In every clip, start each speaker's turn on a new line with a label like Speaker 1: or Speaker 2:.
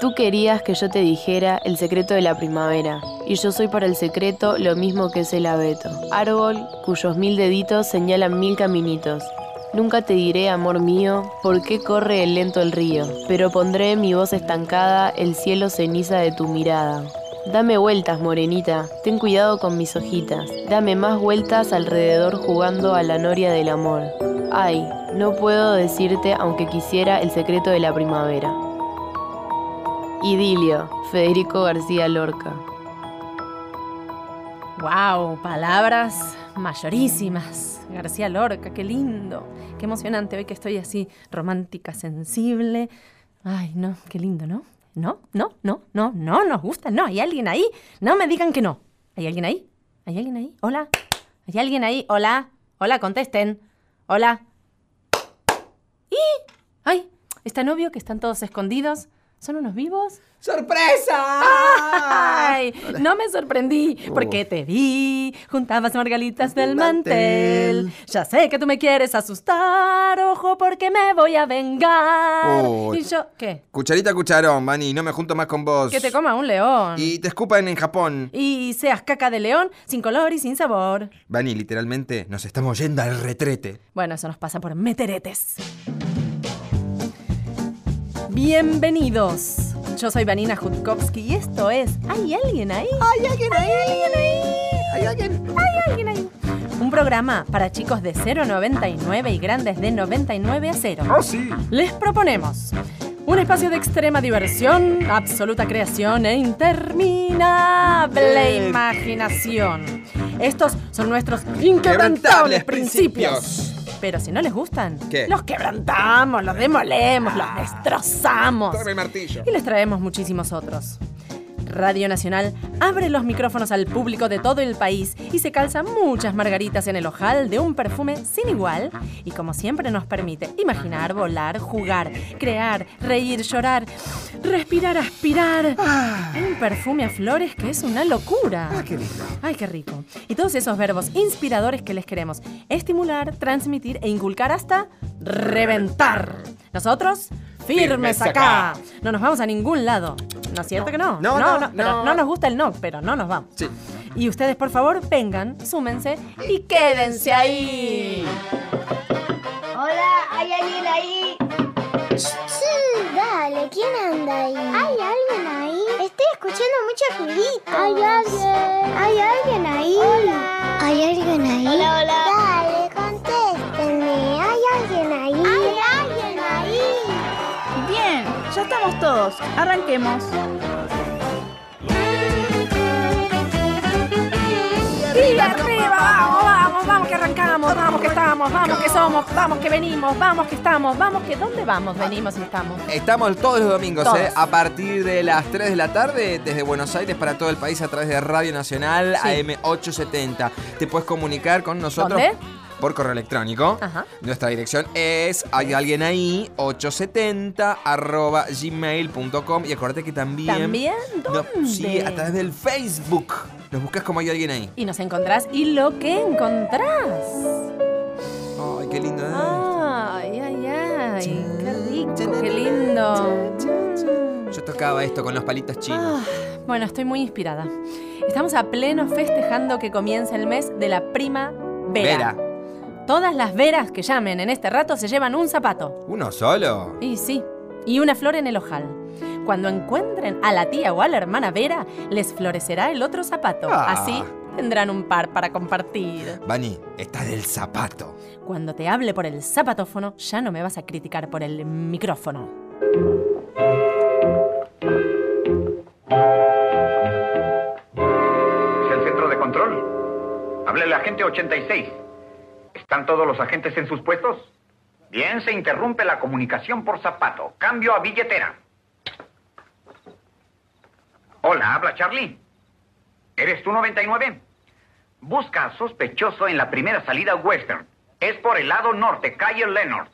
Speaker 1: Tú querías que yo te dijera el secreto de la primavera, y yo soy para el secreto lo mismo que es el abeto, árbol cuyos mil deditos señalan mil caminitos. Nunca te diré, amor mío, por qué corre el lento el río, pero pondré en mi voz estancada el cielo ceniza de tu mirada. Dame vueltas, morenita, ten cuidado con mis hojitas, dame más vueltas alrededor jugando a la noria del amor. Ay, no puedo decirte, aunque quisiera, el secreto de la primavera. Idilio, Federico García Lorca.
Speaker 2: Wow, palabras mayorísimas. García Lorca, qué lindo, qué emocionante hoy que estoy así romántica, sensible. Ay, no, qué lindo, ¿no? No, no, no, no, no, nos gusta, no, hay alguien ahí. No me digan que no. ¿Hay alguien ahí? ¿Hay alguien ahí? Hola. ¿Hay alguien ahí? Hola. Hola, contesten. Hola. Y ay, está novio que están todos escondidos. ¿Son unos vivos?
Speaker 3: ¡Sorpresa!
Speaker 2: Ay, no me sorprendí, porque te vi, juntabas margalitas Oh. del mantel. Ya sé que tú me quieres asustar, ojo, porque me voy a vengar.
Speaker 3: Oh.
Speaker 2: Y yo, ¿qué?
Speaker 3: Cucharita, cucharón, Mani, no me junto más con vos.
Speaker 2: Que te coma un león. Y...
Speaker 3: Y te escupan en Japón.
Speaker 2: seas caca de león, sin color y sin sabor.
Speaker 3: Vani, literalmente nos estamos yendo al retrete.
Speaker 2: Bueno, eso nos pasa por meteretes. Bienvenidos. Yo soy Vanina Jutkowski y esto es ¿Hay alguien ahí? ¿Hay alguien ahí? ¿Hay alguien ahí?
Speaker 3: ¿Hay alguien?
Speaker 2: ¿Hay alguien ahí? Un programa para chicos de 0,99 y grandes de 99 a 0.
Speaker 3: ¡Oh, sí!
Speaker 2: Les proponemos un espacio de extrema diversión, absoluta creación e interminable
Speaker 3: Eh.
Speaker 2: imaginación. Estos son nuestros inquebrantables
Speaker 3: Quebrantables
Speaker 2: principios. Pero si no les gustan,
Speaker 3: ¿Qué?
Speaker 2: los quebrantamos, los demolemos, los destrozamos.
Speaker 3: Tome el martillo.
Speaker 2: Y les traemos muchísimos otros. Radio Nacional abre los micrófonos al público de todo el país y se calza muchas margaritas en el ojal de un perfume sin igual y como siempre nos permite imaginar, volar, jugar, crear, reír, llorar, respirar, aspirar.
Speaker 3: Ah.
Speaker 2: Un perfume a flores que es una locura. Ay, qué rico. Y todos esos verbos inspiradores que les queremos estimular, transmitir e inculcar hasta reventar. Nosotros, firmes
Speaker 3: Firmes
Speaker 2: acá.
Speaker 3: acá.
Speaker 2: No nos vamos a ningún lado. ¿No es cierto que no?
Speaker 3: No,
Speaker 2: no,
Speaker 3: no,
Speaker 2: pero
Speaker 3: no.
Speaker 2: no nos gusta el no, pero no nos vamos.
Speaker 3: Sí.
Speaker 2: Y ustedes, por favor, vengan, súmense y quédense ahí.
Speaker 4: Hola, ¿hay alguien ahí?
Speaker 5: Sí, dale, ¿quién anda ahí?
Speaker 4: ¿Hay alguien ahí?
Speaker 5: Estoy escuchando muchos ruiditos.
Speaker 4: ¿Hay alguien?
Speaker 5: ¿Hay alguien ahí?
Speaker 4: Hola.
Speaker 5: ¿Hay alguien ahí?
Speaker 4: Hola, hola.
Speaker 5: Dale, contéstenme. ¿Hay alguien ahí?
Speaker 4: ¿Hay alguien ahí?
Speaker 6: Bien, ya estamos todos. Arranquemos.
Speaker 2: ¡Y arriba! ¡Vamos, vamos, vamos que arrancamos! ¡Vamos que estamos! ¡Vamos que somos! ¡Vamos que venimos! ¡Vamos que estamos! ¡Vamos que dónde vamos, venimos y estamos!
Speaker 3: Estamos todos los domingos,
Speaker 2: Todos.
Speaker 3: ¿eh? A partir de las 3 de la tarde, desde Buenos Aires para todo el país a través de Radio Nacional
Speaker 2: Sí.
Speaker 3: AM870. Te puedes comunicar con nosotros.
Speaker 2: ¿Dónde? Ah.
Speaker 3: Por correo electrónico.
Speaker 2: Ajá.
Speaker 3: Nuestra dirección es hay alguien ahí 870 arroba gmail.com y acuérdate que también...
Speaker 2: ¿También?
Speaker 3: No, sí,
Speaker 2: ¿Dónde?
Speaker 3: a través del Facebook. Nos buscas como hay alguien ahí.
Speaker 2: Y nos encontrás y lo que encontrás.
Speaker 3: Ay, qué lindo. ¿eh?
Speaker 2: Ah. ¡Ay, ay, ay! ¡Qué rico, qué lindo!
Speaker 3: Yo tocaba esto con los palitos chinos.
Speaker 2: Ah, bueno, estoy muy inspirada. Estamos a pleno festejando que comienza el mes de la primavera.
Speaker 3: Vera,
Speaker 2: Todas las veras que llamen en este rato se llevan un zapato.
Speaker 3: ¿uno solo?
Speaker 2: Y sí, y una flor en el ojal. Cuando encuentren a la tía o a la hermana Vera, les florecerá el otro zapato.
Speaker 3: Ah.
Speaker 2: Así tendrán un par para compartir.
Speaker 3: Vani, estás del zapato.
Speaker 2: Cuando te hable por el zapatófono, ya no me vas a criticar por el micrófono.
Speaker 7: Es el centro de control. Habla el agente 86. ¿Están todos los agentes en sus puestos? Bien, se interrumpe la comunicación por zapato. Cambio a billetera. Hola, habla Charlie. ¿Eres tú 99? Busca a sospechoso en la primera salida western. Es por el lado norte, calle Leonard.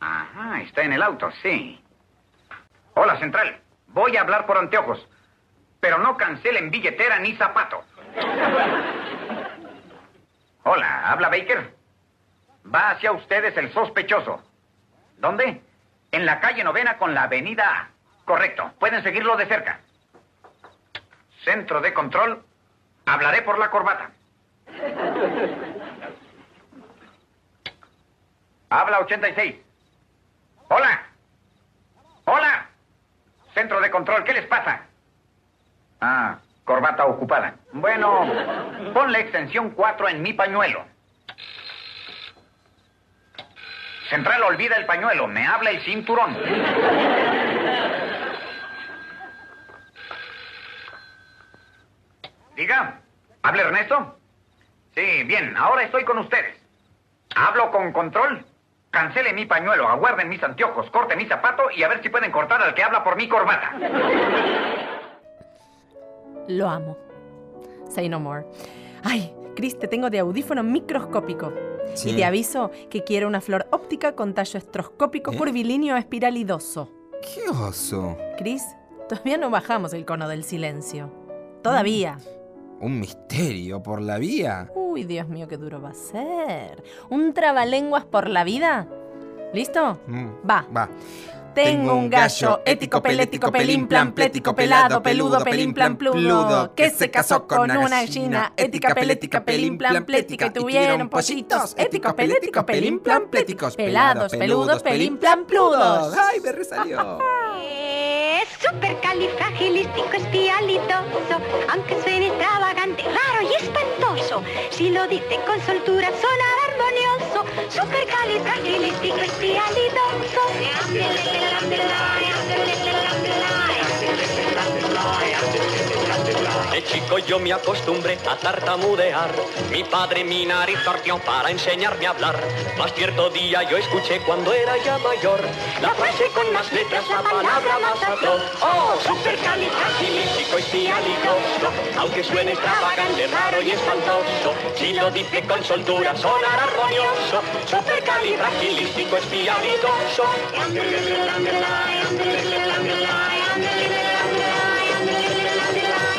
Speaker 7: Ajá, está en el auto, sí. Hola, central. Voy a hablar por anteojos. Pero no cancelen billetera ni zapato. Hola, habla Baker. Va hacia ustedes el sospechoso. ¿Dónde? En la calle novena con la avenida A. Correcto. Pueden seguirlo de cerca. Centro de control. Hablaré por la corbata. Habla 86. Hola. Hola. Centro de control, ¿qué les pasa? Ah, corbata ocupada. Bueno, pon la extensión 4 en mi pañuelo. Central olvida el pañuelo, me habla el cinturón. Diga, ¿habla Ernesto? Sí, bien, ahora estoy con ustedes. ¿Hablo con control? Cancele mi pañuelo, aguarden mis anteojos, corte mi zapato y a ver si pueden cortar al que habla por mi corbata.
Speaker 2: Lo amo. Say no more. Ay, Chris, te tengo de audífono microscópico.
Speaker 3: Sí.
Speaker 2: Y te aviso que quiero una flor óptica con tallo estroscópico
Speaker 3: ¿Eh?
Speaker 2: curvilíneo espiralidoso.
Speaker 3: ¡Qué oso!
Speaker 2: Chris, todavía no bajamos el cono del silencio. Todavía.
Speaker 3: Un misterio por la vía.
Speaker 2: Uy, Dios mío, qué duro va a ser. ¿Un trabalenguas por la vida? ¿Listo?
Speaker 3: Mm,
Speaker 2: Va.
Speaker 3: Va.
Speaker 2: Tengo un gallo ético, pelético, pelín, plan, plético, pelado, peludo, pelín, plan, pludo, que se casó con una gallina, ética, pelética, pelín, plan, plética, y tuvieron pollitos, ético, pelético, pelín, plan, pléticos, pelados, peludos, pelín, plan, pludos.
Speaker 3: ¡Ay, me resalió!
Speaker 4: Es supercalifragilisticoespialidoso, aunque suene extravagante, raro y espantoso. Si lo dice con soltura, sonará armonioso. Supercalifragilisticoespialidoso.
Speaker 8: De chico yo me acostumbré a tartamudear. Mi padre mi nariz torció para enseñarme a hablar. Más cierto día yo escuché cuando era ya mayor la frase con más letras, la palabra más atroz. Oh, supercalifragilisticoespialidoso. Aunque suene extravagante, raro y espantoso, si lo dice con soltura sonará armonioso. Supercalifragilisticoespialidoso.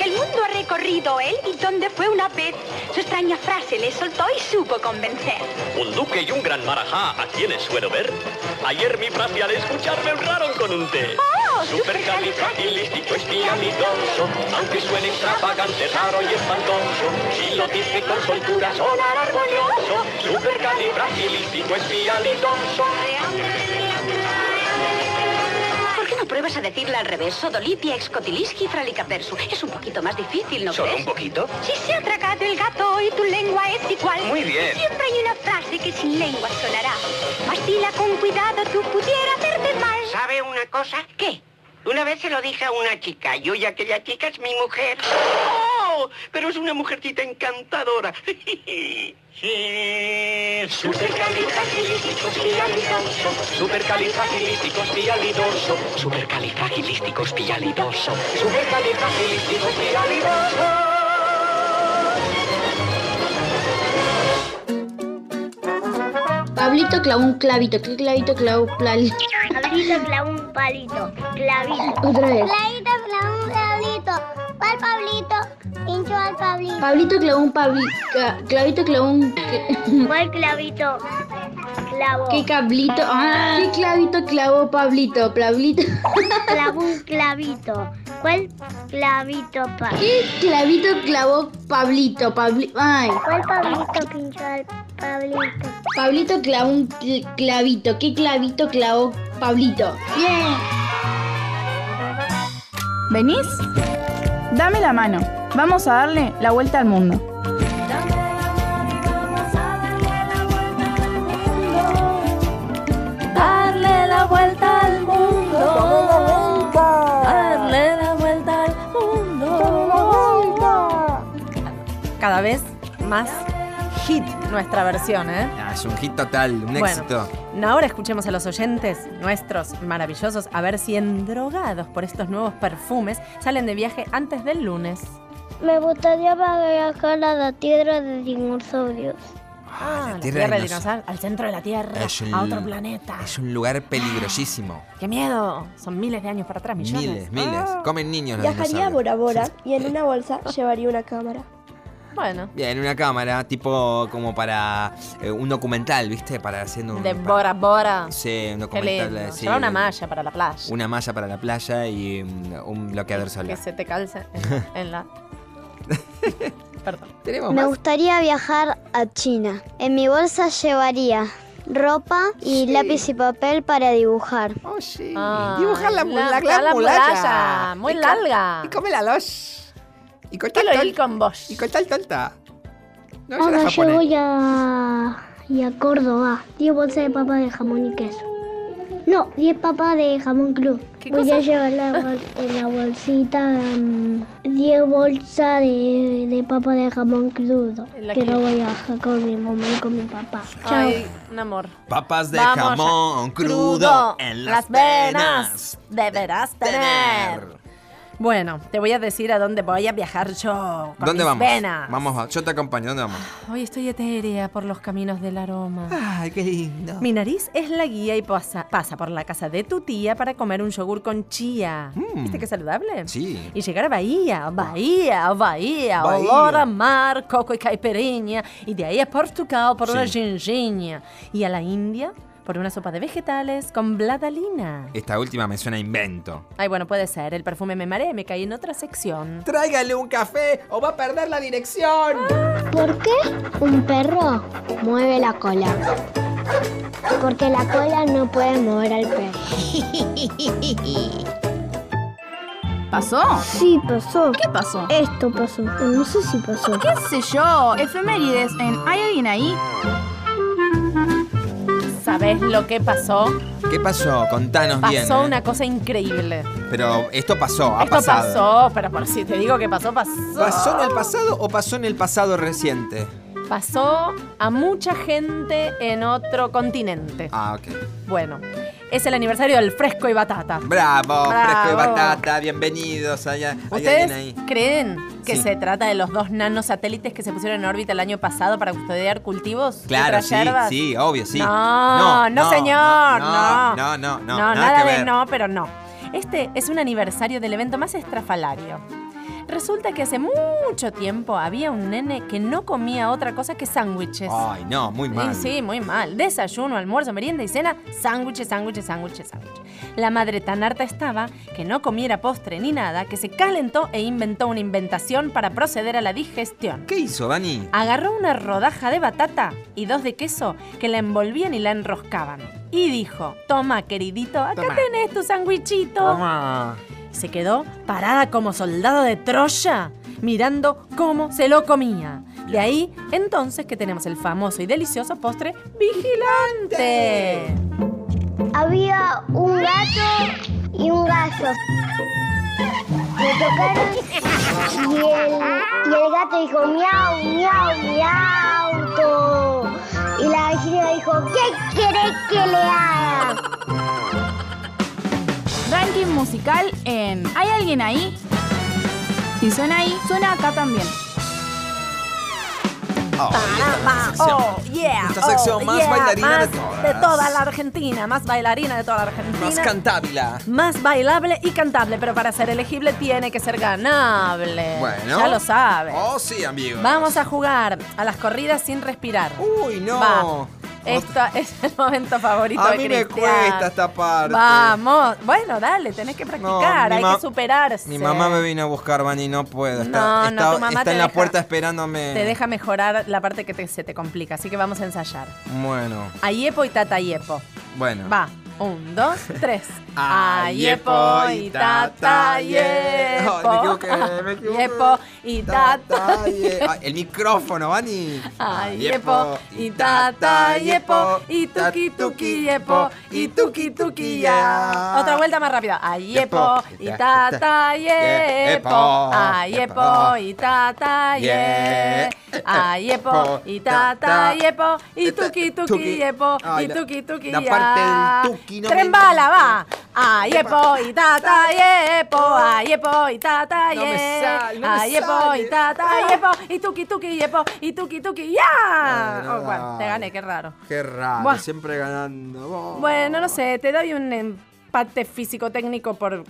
Speaker 4: El mundo ha recorrido él y donde fue una vez. Su extraña frase le soltó y supo convencer.
Speaker 8: Un duque y un gran marajá, ¿a quiénes suelo ver? Ayer mi frase al escucharme honraron con un té.
Speaker 4: ¡Oh,
Speaker 8: Supercalifragilisticoespialidoso, aunque suene extravagante, raro y espantoso, si lo dice con soltura sonará armonioso. Supercalifragilisticoespialidoso.
Speaker 4: ¿Por qué no pruebas a decirle al revés? Sodolipia excotilisqui fralicapersu. Es un poquito más difícil, ¿no
Speaker 8: ¿Solo un
Speaker 4: crees?
Speaker 8: poquito?
Speaker 4: Si se ha tragado el gato y tu lengua es igual.
Speaker 8: Muy bien.
Speaker 4: Siempre hay una frase que sin lengua sonará. Mastila con cuidado, tú pudiera hacerte mal.
Speaker 9: ¿Sabe una cosa?
Speaker 4: ¿Qué?
Speaker 9: Una vez se lo dije a una chica y hoy aquella chica es mi mujer. ¡Oh! Pero es una mujercita encantadora. Sí.
Speaker 8: Supercalifragilisticoespialidoso, supercalifragilisticoespialidoso, supercalifragilisticoespialidoso, supercalifragilisticoespialidoso.
Speaker 5: Pablito clavó un clavito, ¿qué clavito clavó Plal?
Speaker 4: Pablito clavó un palito. Clavito.
Speaker 5: Otra vez. Clavito clavó un clavito. ¿Cuál Pablito? Pinchó al Pablito.
Speaker 10: Pablito clavó un pabli- ca- clavito clavó un cl-
Speaker 4: ¿Cuál clavito? Clavó.
Speaker 10: qué cablito ah, qué clavito clavó Pablito Pablito
Speaker 4: Clavó un clavito. ¿Cuál clavito, Pablo?
Speaker 10: qué clavito clavó Pablito Pabli- ay
Speaker 4: ¿Cuál Pablito pinchó al Pablito?
Speaker 10: Pablito clavó un cl- clavito qué clavito clavó Pablito
Speaker 5: Bien.
Speaker 6: ¿Venís? Dame la mano. Vamos a darle la vuelta al mundo.
Speaker 2: Darle la vuelta al mundo. Darle la vuelta al mundo. Cada vez más hit nuestra versión, ¿eh?
Speaker 3: Ah, es un hit total, un
Speaker 2: Bueno.
Speaker 3: éxito.
Speaker 2: Ahora escuchemos a los oyentes, nuestros maravillosos, a ver si endrogados por estos nuevos perfumes salen de viaje antes del lunes.
Speaker 5: Me gustaría viajar a la tierra de dinosaurios.
Speaker 3: Ah, la
Speaker 2: la
Speaker 3: tierra
Speaker 2: tierra de
Speaker 3: de dinos-
Speaker 2: dinosaurios, al centro de la tierra,
Speaker 3: Es un-
Speaker 2: eh, a otro planeta.
Speaker 3: Es un lugar peligrosísimo.
Speaker 2: ¡Qué miedo! Son miles de años para atrás, millones. Ah.
Speaker 3: Miles, miles. Comen niños los
Speaker 5: Viajaría a
Speaker 3: dinosaurios.
Speaker 5: Bora Bora y en una bolsa llevaría una cámara.
Speaker 2: Bueno.
Speaker 3: Bien, una cámara, tipo como para eh, un documental, ¿viste? Para haciendo un.
Speaker 2: Ah, De Bora Bora.
Speaker 3: Sí, un
Speaker 2: Qué
Speaker 3: documental.
Speaker 2: lindo.
Speaker 3: sí,
Speaker 2: Llevar una
Speaker 3: de-
Speaker 2: malla para la playa.
Speaker 3: Una malla para la playa y mm, un bloqueador
Speaker 2: Que
Speaker 3: solar.
Speaker 2: se te calce en, en la... Perdón.
Speaker 11: Me gustaría viajar a China. En mi bolsa llevaría ropa y lápiz y papel para dibujar.
Speaker 2: Ah,
Speaker 12: Dibujar la, mu-
Speaker 2: la-
Speaker 12: la gran
Speaker 2: la
Speaker 12: muralla.
Speaker 2: muralla, muy
Speaker 12: co-
Speaker 2: larga.
Speaker 12: Y come la los. Y con
Speaker 2: Quiero
Speaker 12: tal
Speaker 2: ir con vos.
Speaker 12: Y con tal tolta. No, yo era
Speaker 11: Ahora yo
Speaker 12: japonés.
Speaker 11: voy a, y a Córdoba. 10 bolsas de papa de jamón y queso. No, 10 papas de jamón crudo. Voy
Speaker 13: cosa?
Speaker 11: a llevar la, bol- en la bolsita mm, 10 bolsas de, de papa de jamón crudo.
Speaker 2: En la
Speaker 11: Que
Speaker 2: que-
Speaker 11: no voy a bajar con mi mamá y con mi papá. Chao.
Speaker 2: Ay, un amor.
Speaker 3: Papas de
Speaker 2: Vamos a-
Speaker 3: jamón crudo, en las, venas.
Speaker 2: deberás tener. Bueno, te voy a decir a dónde voy a viajar yo. con
Speaker 3: ¿Dónde
Speaker 2: mis
Speaker 3: vamos?
Speaker 2: Venas.
Speaker 3: Vamos, a- yo te acompaño, ¿dónde vamos?
Speaker 2: Hoy estoy etérea por los caminos del aroma.
Speaker 12: Ay, qué lindo.
Speaker 2: Mi nariz es la guía y pasa, pasa por la casa de tu tía para comer un yogur con chía.
Speaker 12: Mm.
Speaker 2: ¿Viste qué saludable?
Speaker 3: Sí.
Speaker 2: Y llegar a Bahía, Bahía, Bahía,
Speaker 12: Bahía.
Speaker 2: olor a mar, coco y caipirinha. Y de ahí a Portugal por una
Speaker 3: Sí.
Speaker 2: ginginha. Y a la India por una sopa de vegetales con bladalina.
Speaker 3: Esta última me suena a invento.
Speaker 2: Ay, bueno, puede ser. El perfume me mareé, me caí en otra sección.
Speaker 12: Tráigale un café o va a perder la dirección.
Speaker 11: ¿Por qué un perro mueve la cola? Porque la cola no puede mover al perro.
Speaker 6: ¿Pasó?
Speaker 11: Sí, pasó.
Speaker 6: ¿Qué pasó?
Speaker 11: Esto pasó. No sé si pasó.
Speaker 6: ¿Qué sé yo? Efemérides en ¿Hay alguien ahí?
Speaker 2: ¿Sabes lo que pasó?
Speaker 3: ¿Qué pasó? Contanos
Speaker 2: pasó
Speaker 3: bien. ¿eh?
Speaker 2: una cosa increíble.
Speaker 3: Pero esto pasó, ha
Speaker 2: Esto
Speaker 3: pasado.
Speaker 2: pasó, pero por si te digo que pasó, pasó.
Speaker 3: ¿Pasó en el pasado o pasó en el pasado reciente?
Speaker 2: Pasó a mucha gente en otro continente.
Speaker 3: Ah, ok.
Speaker 2: Bueno, es el aniversario del fresco y batata.
Speaker 3: Bravo, fresco y
Speaker 2: Bravo.
Speaker 3: batata, bienvenidos. Hay, hay alguien
Speaker 2: ¿Ustedes
Speaker 3: ahí.
Speaker 2: creen que
Speaker 3: Sí.
Speaker 2: se trata de los dos nanosatélites que se pusieron en órbita el año pasado para custodiar cultivos? y
Speaker 3: Claro,
Speaker 2: otras
Speaker 3: sí,
Speaker 2: hierbas?
Speaker 3: sí, obvio, sí.
Speaker 2: No, no, señor, no.
Speaker 3: No, no, no.
Speaker 2: No,
Speaker 3: nada
Speaker 2: nada
Speaker 3: que
Speaker 2: de
Speaker 3: ver.
Speaker 2: no, pero no. Este es un aniversario del evento más estrafalario. Resulta que hace mucho tiempo había un nene que no comía otra cosa que sándwiches.
Speaker 3: Ay, no, muy
Speaker 2: Sí,
Speaker 3: mal.
Speaker 2: Sí, muy mal. Desayuno, almuerzo, merienda y cena, sándwiches, sándwiches, sándwiches, sándwiches. La madre tan harta estaba que no comiera postre ni nada, que se calentó e inventó una inventación para proceder a la digestión.
Speaker 3: ¿Qué hizo, Dani?
Speaker 2: Agarró una rodaja de batata y dos de queso que la envolvían y la enroscaban. Y dijo, toma queridito, acá
Speaker 12: Toma.
Speaker 2: tenés tu sándwichito.
Speaker 3: Toma.
Speaker 2: Se quedó parada como soldado de Troya, mirando cómo se lo comía. De ahí, entonces, que tenemos el famoso y delicioso postre Vigilante.
Speaker 11: Había un gato y un gallo. Se tocaron y el, y el gato dijo miau, miau, miau. to". Y la gallina dijo, ¿qué querés que le haga?
Speaker 6: Ranking musical en ¿Hay alguien ahí? Si suena ahí, suena acá también.
Speaker 3: Oh, y esta es la sección.
Speaker 2: Oh, yeah.
Speaker 3: Esta sección
Speaker 2: oh,
Speaker 3: más
Speaker 2: yeah,
Speaker 3: bailarina
Speaker 2: más
Speaker 3: de todas.
Speaker 2: toda la Argentina, más bailarina de toda la Argentina.
Speaker 3: Más cantábila.
Speaker 2: Más bailable y cantable, pero para ser elegible tiene que ser ganable.
Speaker 3: Bueno.
Speaker 2: Ya lo sabes.
Speaker 3: Oh, sí, amigo.
Speaker 2: Vamos a jugar a las corridas sin respirar.
Speaker 3: Uy, no.
Speaker 2: Va. Esto es el momento favorito
Speaker 3: A
Speaker 2: de
Speaker 3: mí me
Speaker 2: Cristian.
Speaker 3: cuesta esta parte.
Speaker 2: Vamos. Bueno, dale, tenés que practicar,
Speaker 3: mi
Speaker 2: hay
Speaker 3: ma-
Speaker 2: que superarse.
Speaker 3: Mi mamá me vino a buscar, Vani, no puedo. Está,
Speaker 2: eh. No, no,
Speaker 3: está-
Speaker 2: tu mamá
Speaker 3: está
Speaker 2: te
Speaker 3: en la
Speaker 2: deja-
Speaker 3: puerta esperándome.
Speaker 2: Te deja mejorar la parte que te- se te complica, así que vamos a ensayar.
Speaker 3: Bueno,
Speaker 2: Ayepo y tata Ayepo.
Speaker 3: bueno.
Speaker 2: Va. Un, dos, tres.
Speaker 3: Ayepo y tata
Speaker 2: Ayepo.
Speaker 3: yepo. Ay, me equivoqué, me equivoqué.
Speaker 2: Ayepo y tata
Speaker 3: Ay, eh, ay, el micrófono, Vani.
Speaker 2: Ayepo y tata yepo y tuki tuki yepo y tuki tuki ya. Otra vuelta más rápida. Ayepo y tata yepo. Ayepo y tata ye. Ayepo y tata yepo y
Speaker 12: Este,
Speaker 2: tuki tuki yepo y tuki tuki ya.
Speaker 12: Ah, la parte del tuki no me
Speaker 2: Tren bala va. Ayepo y tata yepo. Ayepo y tata
Speaker 12: No me
Speaker 2: ye.
Speaker 12: sale, no me
Speaker 2: Ayepo
Speaker 12: sale.
Speaker 2: y tata yepo y tuki tuki yepo y tuki tuki ya.
Speaker 3: Bueno,
Speaker 2: Oh, bueno, te
Speaker 3: dale.
Speaker 2: gané, qué raro.
Speaker 3: Qué raro,
Speaker 2: Buah.
Speaker 3: siempre ganando. vos.
Speaker 2: Bueno, no sé, te doy un empate físico técnico por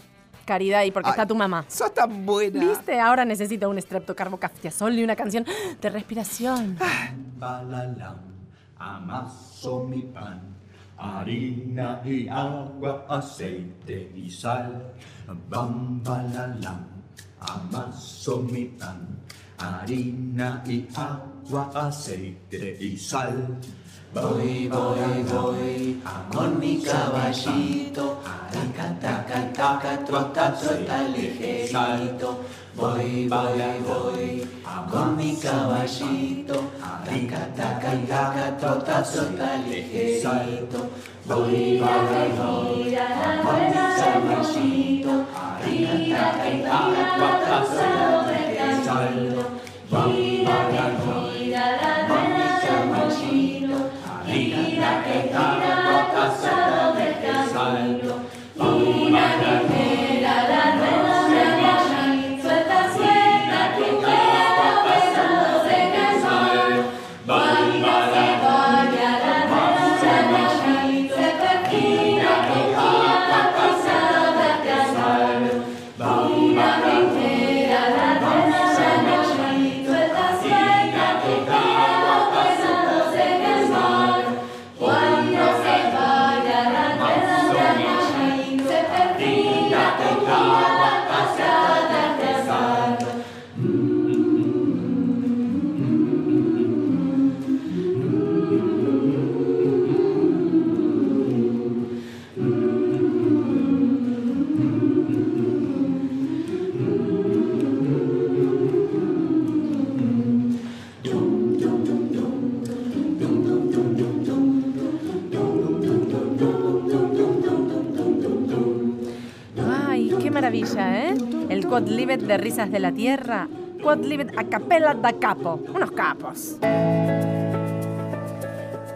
Speaker 2: Caridad, y porque
Speaker 12: Ay,
Speaker 2: está tu mamá.
Speaker 12: Sos tan buena.
Speaker 2: ¿Viste? Ahora necesito un streptocarbocaftiazol y una canción de respiración.
Speaker 12: Ah.
Speaker 13: Balalam, amaso mi pan, harina y agua, aceite y sal. Bam, balalam, amaso mi pan, harina y agua, aceite y sal. Voy, voy, voy, con mi caballito, taca, taca, taca, trota, trota ligerito. Voy, voy, voy, con mi caballito, taca, taca, taca, trota, trota ligerito. Voy, voy, voy, con mi caballito, taca, taca, taca, trota, trota ligerito. Voy, voy, voy, con mi caballito, Gira que gira, boca sobre el camino. Una guerrera, la rueda se agacha, suelta, suelta, que juega, besando se cansa. Vaya, se vaya, la rueda se agacha, se perfila, que gira, boca sobre el camino. Una guerrera, la rueda se agacha, suelta, suelta, que juega, besando se cansa. Cuando se vaya la rueda se agacha y se perfila que gira la pasada de santo.
Speaker 2: Ay, qué maravilla, ¿eh? El Quadlibet de Risas de la Tierra. Quadlibet a capella da capo. Unos capos.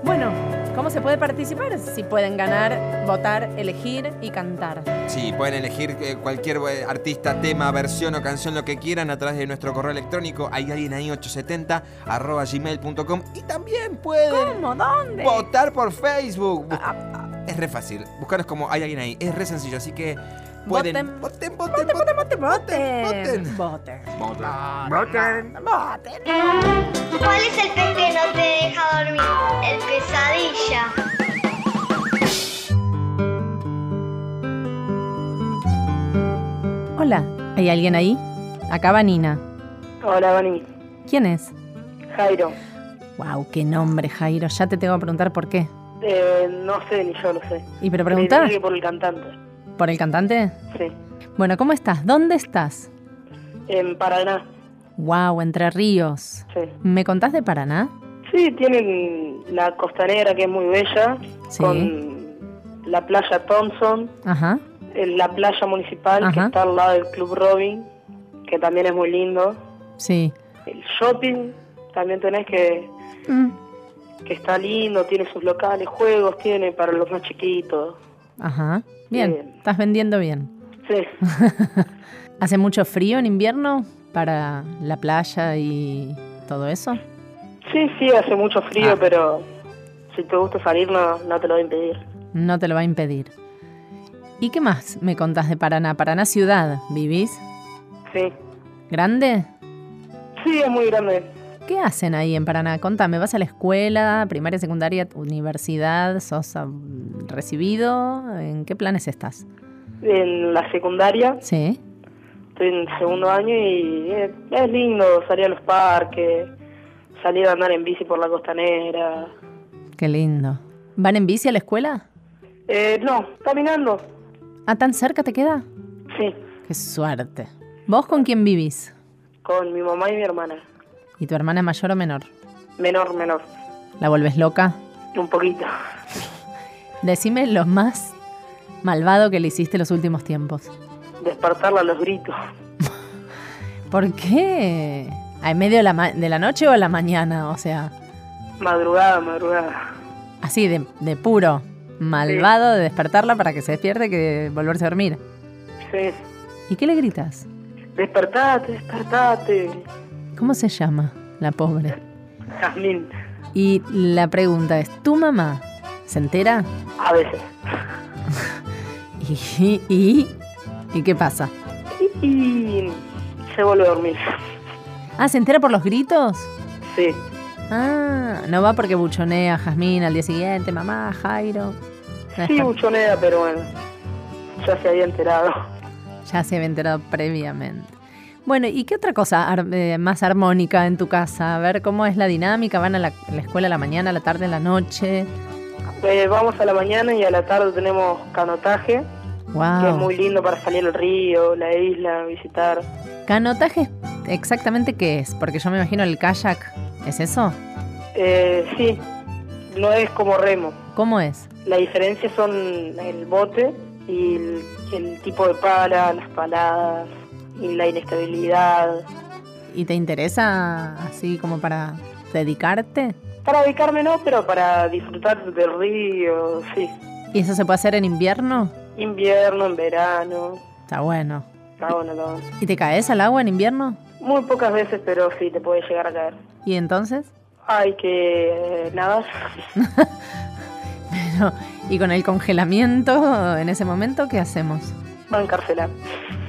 Speaker 2: Bueno, ¿cómo se puede participar? Si pueden ganar, votar, elegir y cantar.
Speaker 3: Sí, pueden elegir eh, cualquier eh, artista, tema, versión o canción, lo que quieran, a través de nuestro correo electrónico. Hay alguien ahí, 870, arroba gmail.com. Y también pueden...
Speaker 2: ¿Cómo? ¿Dónde?
Speaker 3: Votar por Facebook. Bus-
Speaker 2: Ah,
Speaker 3: Es re fácil. Buscarnos como hay alguien ahí. Es re sencillo, así que
Speaker 2: Voten,
Speaker 3: pueden... voten,
Speaker 2: voten, voten, voten, voten. Voten.
Speaker 13: Ah.
Speaker 3: Voten.
Speaker 11: ¿Cuál es el pez que no te deja dormir? El pesadilla.
Speaker 2: Hola, ¿hay alguien ahí? Acá va Nina.
Speaker 14: Hola, Bani.
Speaker 2: ¿Quién es?
Speaker 14: Jairo.
Speaker 2: Wow, qué nombre, Jairo. Ya te tengo que preguntar por qué.
Speaker 14: Eh, no sé, ni yo lo sé.
Speaker 2: ¿Y pero preguntar?
Speaker 14: Me que por el cantante.
Speaker 2: ¿Por el cantante?
Speaker 14: Sí.
Speaker 2: Bueno, ¿cómo estás? ¿Dónde estás?
Speaker 14: En Paraná.
Speaker 2: Wow, Entre Ríos.
Speaker 14: Sí.
Speaker 2: ¿Me contás de Paraná?
Speaker 14: Sí, tienen la costanera que es muy bella.
Speaker 2: Sí.
Speaker 14: Con la playa Thompson.
Speaker 2: Ajá.
Speaker 14: eh, La playa municipal que
Speaker 2: Ajá.
Speaker 14: está al lado del Club Robin. Que también es muy lindo.
Speaker 2: Sí.
Speaker 14: El shopping también tenés que.
Speaker 2: Mm.
Speaker 14: Que está lindo, tiene sus locales, juegos, tiene para los más chiquitos.
Speaker 2: Ajá. Bien,
Speaker 14: Bien.
Speaker 2: estás vendiendo bien.
Speaker 14: Sí.
Speaker 2: ¿Hace mucho frío en invierno para la playa y todo eso?
Speaker 14: Sí, sí, hace mucho frío, pero si te gusta salir no, no te lo voy a impedir.
Speaker 2: No te lo va a impedir. ¿Y qué más me contás de Paraná? Paraná ciudad, ¿vivís?
Speaker 14: Sí.
Speaker 2: ¿Grande?
Speaker 14: Sí, es muy grande.
Speaker 2: ¿Qué hacen ahí en Paraná? Contame, ¿vas a la escuela, primaria, secundaria, universidad? ¿Sos ah, recibido? ¿En qué planes estás?
Speaker 14: En la secundaria
Speaker 2: Sí.
Speaker 14: estoy en segundo año y es, es lindo salir a los parques, salir a andar en bici por la costanera.
Speaker 2: Qué lindo. ¿Van en bici a la escuela?
Speaker 14: Eh, no, caminando.
Speaker 2: ¿Ah, tan cerca te queda?
Speaker 14: Sí,
Speaker 2: Qué suerte. ¿Vos con quién vivís?
Speaker 14: con mi mamá y mi hermana.
Speaker 2: ¿Y tu hermana es mayor o menor?
Speaker 14: Menor, menor,
Speaker 2: ¿La volvés loca?
Speaker 14: un poquito.
Speaker 2: Decime lo más malvado que le hiciste los últimos tiempos.
Speaker 14: Despertarla a los gritos.
Speaker 2: ¿Por qué? ¿A medio de la, ma- de la noche o a la mañana? O sea,
Speaker 14: Madrugada, madrugada.
Speaker 2: así de, de puro. Malvado de despertarla para que se despierte que volverse a dormir.
Speaker 14: Sí.
Speaker 2: ¿Y qué le gritas?
Speaker 14: Despertate, despertate.
Speaker 2: ¿Cómo se llama la pobre?
Speaker 14: Jazmín,
Speaker 2: Y la pregunta es, ¿tu mamá se entera?
Speaker 14: a veces.
Speaker 2: ¿Y, y ¿Y qué pasa?
Speaker 14: Y se vuelve a dormir.
Speaker 2: Ah, ¿se entera por los gritos?
Speaker 14: Sí.
Speaker 2: Ah, no va porque buchonea a Jazmín al día siguiente, mamá, Jairo. No
Speaker 14: Sí,
Speaker 2: está-
Speaker 14: buchonea, pero bueno. Ya se había enterado.
Speaker 2: Ya se había enterado previamente. Bueno, ¿y qué otra cosa ar- eh, más armónica en tu casa? A ver, ¿cómo es la dinámica? ¿Van a la, la escuela a la mañana, a la tarde, a la noche?
Speaker 14: Eh, vamos a la mañana y a la tarde tenemos canotaje, que es
Speaker 2: ¡Wow!
Speaker 14: muy lindo para salir al río, la isla, visitar.
Speaker 2: ¿Canotaje exactamente qué es? Porque yo me imagino el kayak. ¿Es eso?
Speaker 14: Eh, sí, no es como remo.
Speaker 2: ¿Cómo es?
Speaker 14: La diferencia son el bote y el, el tipo de pala, las paladas y la inestabilidad.
Speaker 2: ¿Y te interesa así como para dedicarte?
Speaker 14: Para dedicarme no, pero para disfrutar del río, sí.
Speaker 2: ¿Y eso se puede hacer en invierno?
Speaker 14: Invierno, en verano,
Speaker 2: Está bueno.
Speaker 14: está bueno, está bueno.
Speaker 2: ¿Y te caes al agua en invierno?
Speaker 14: Muy pocas veces, pero sí, te puede llegar a caer.
Speaker 2: ¿Y entonces?
Speaker 14: Hay que eh, nadar.
Speaker 2: Pero, ¿y con el congelamiento en ese momento qué hacemos?
Speaker 14: Bancársela.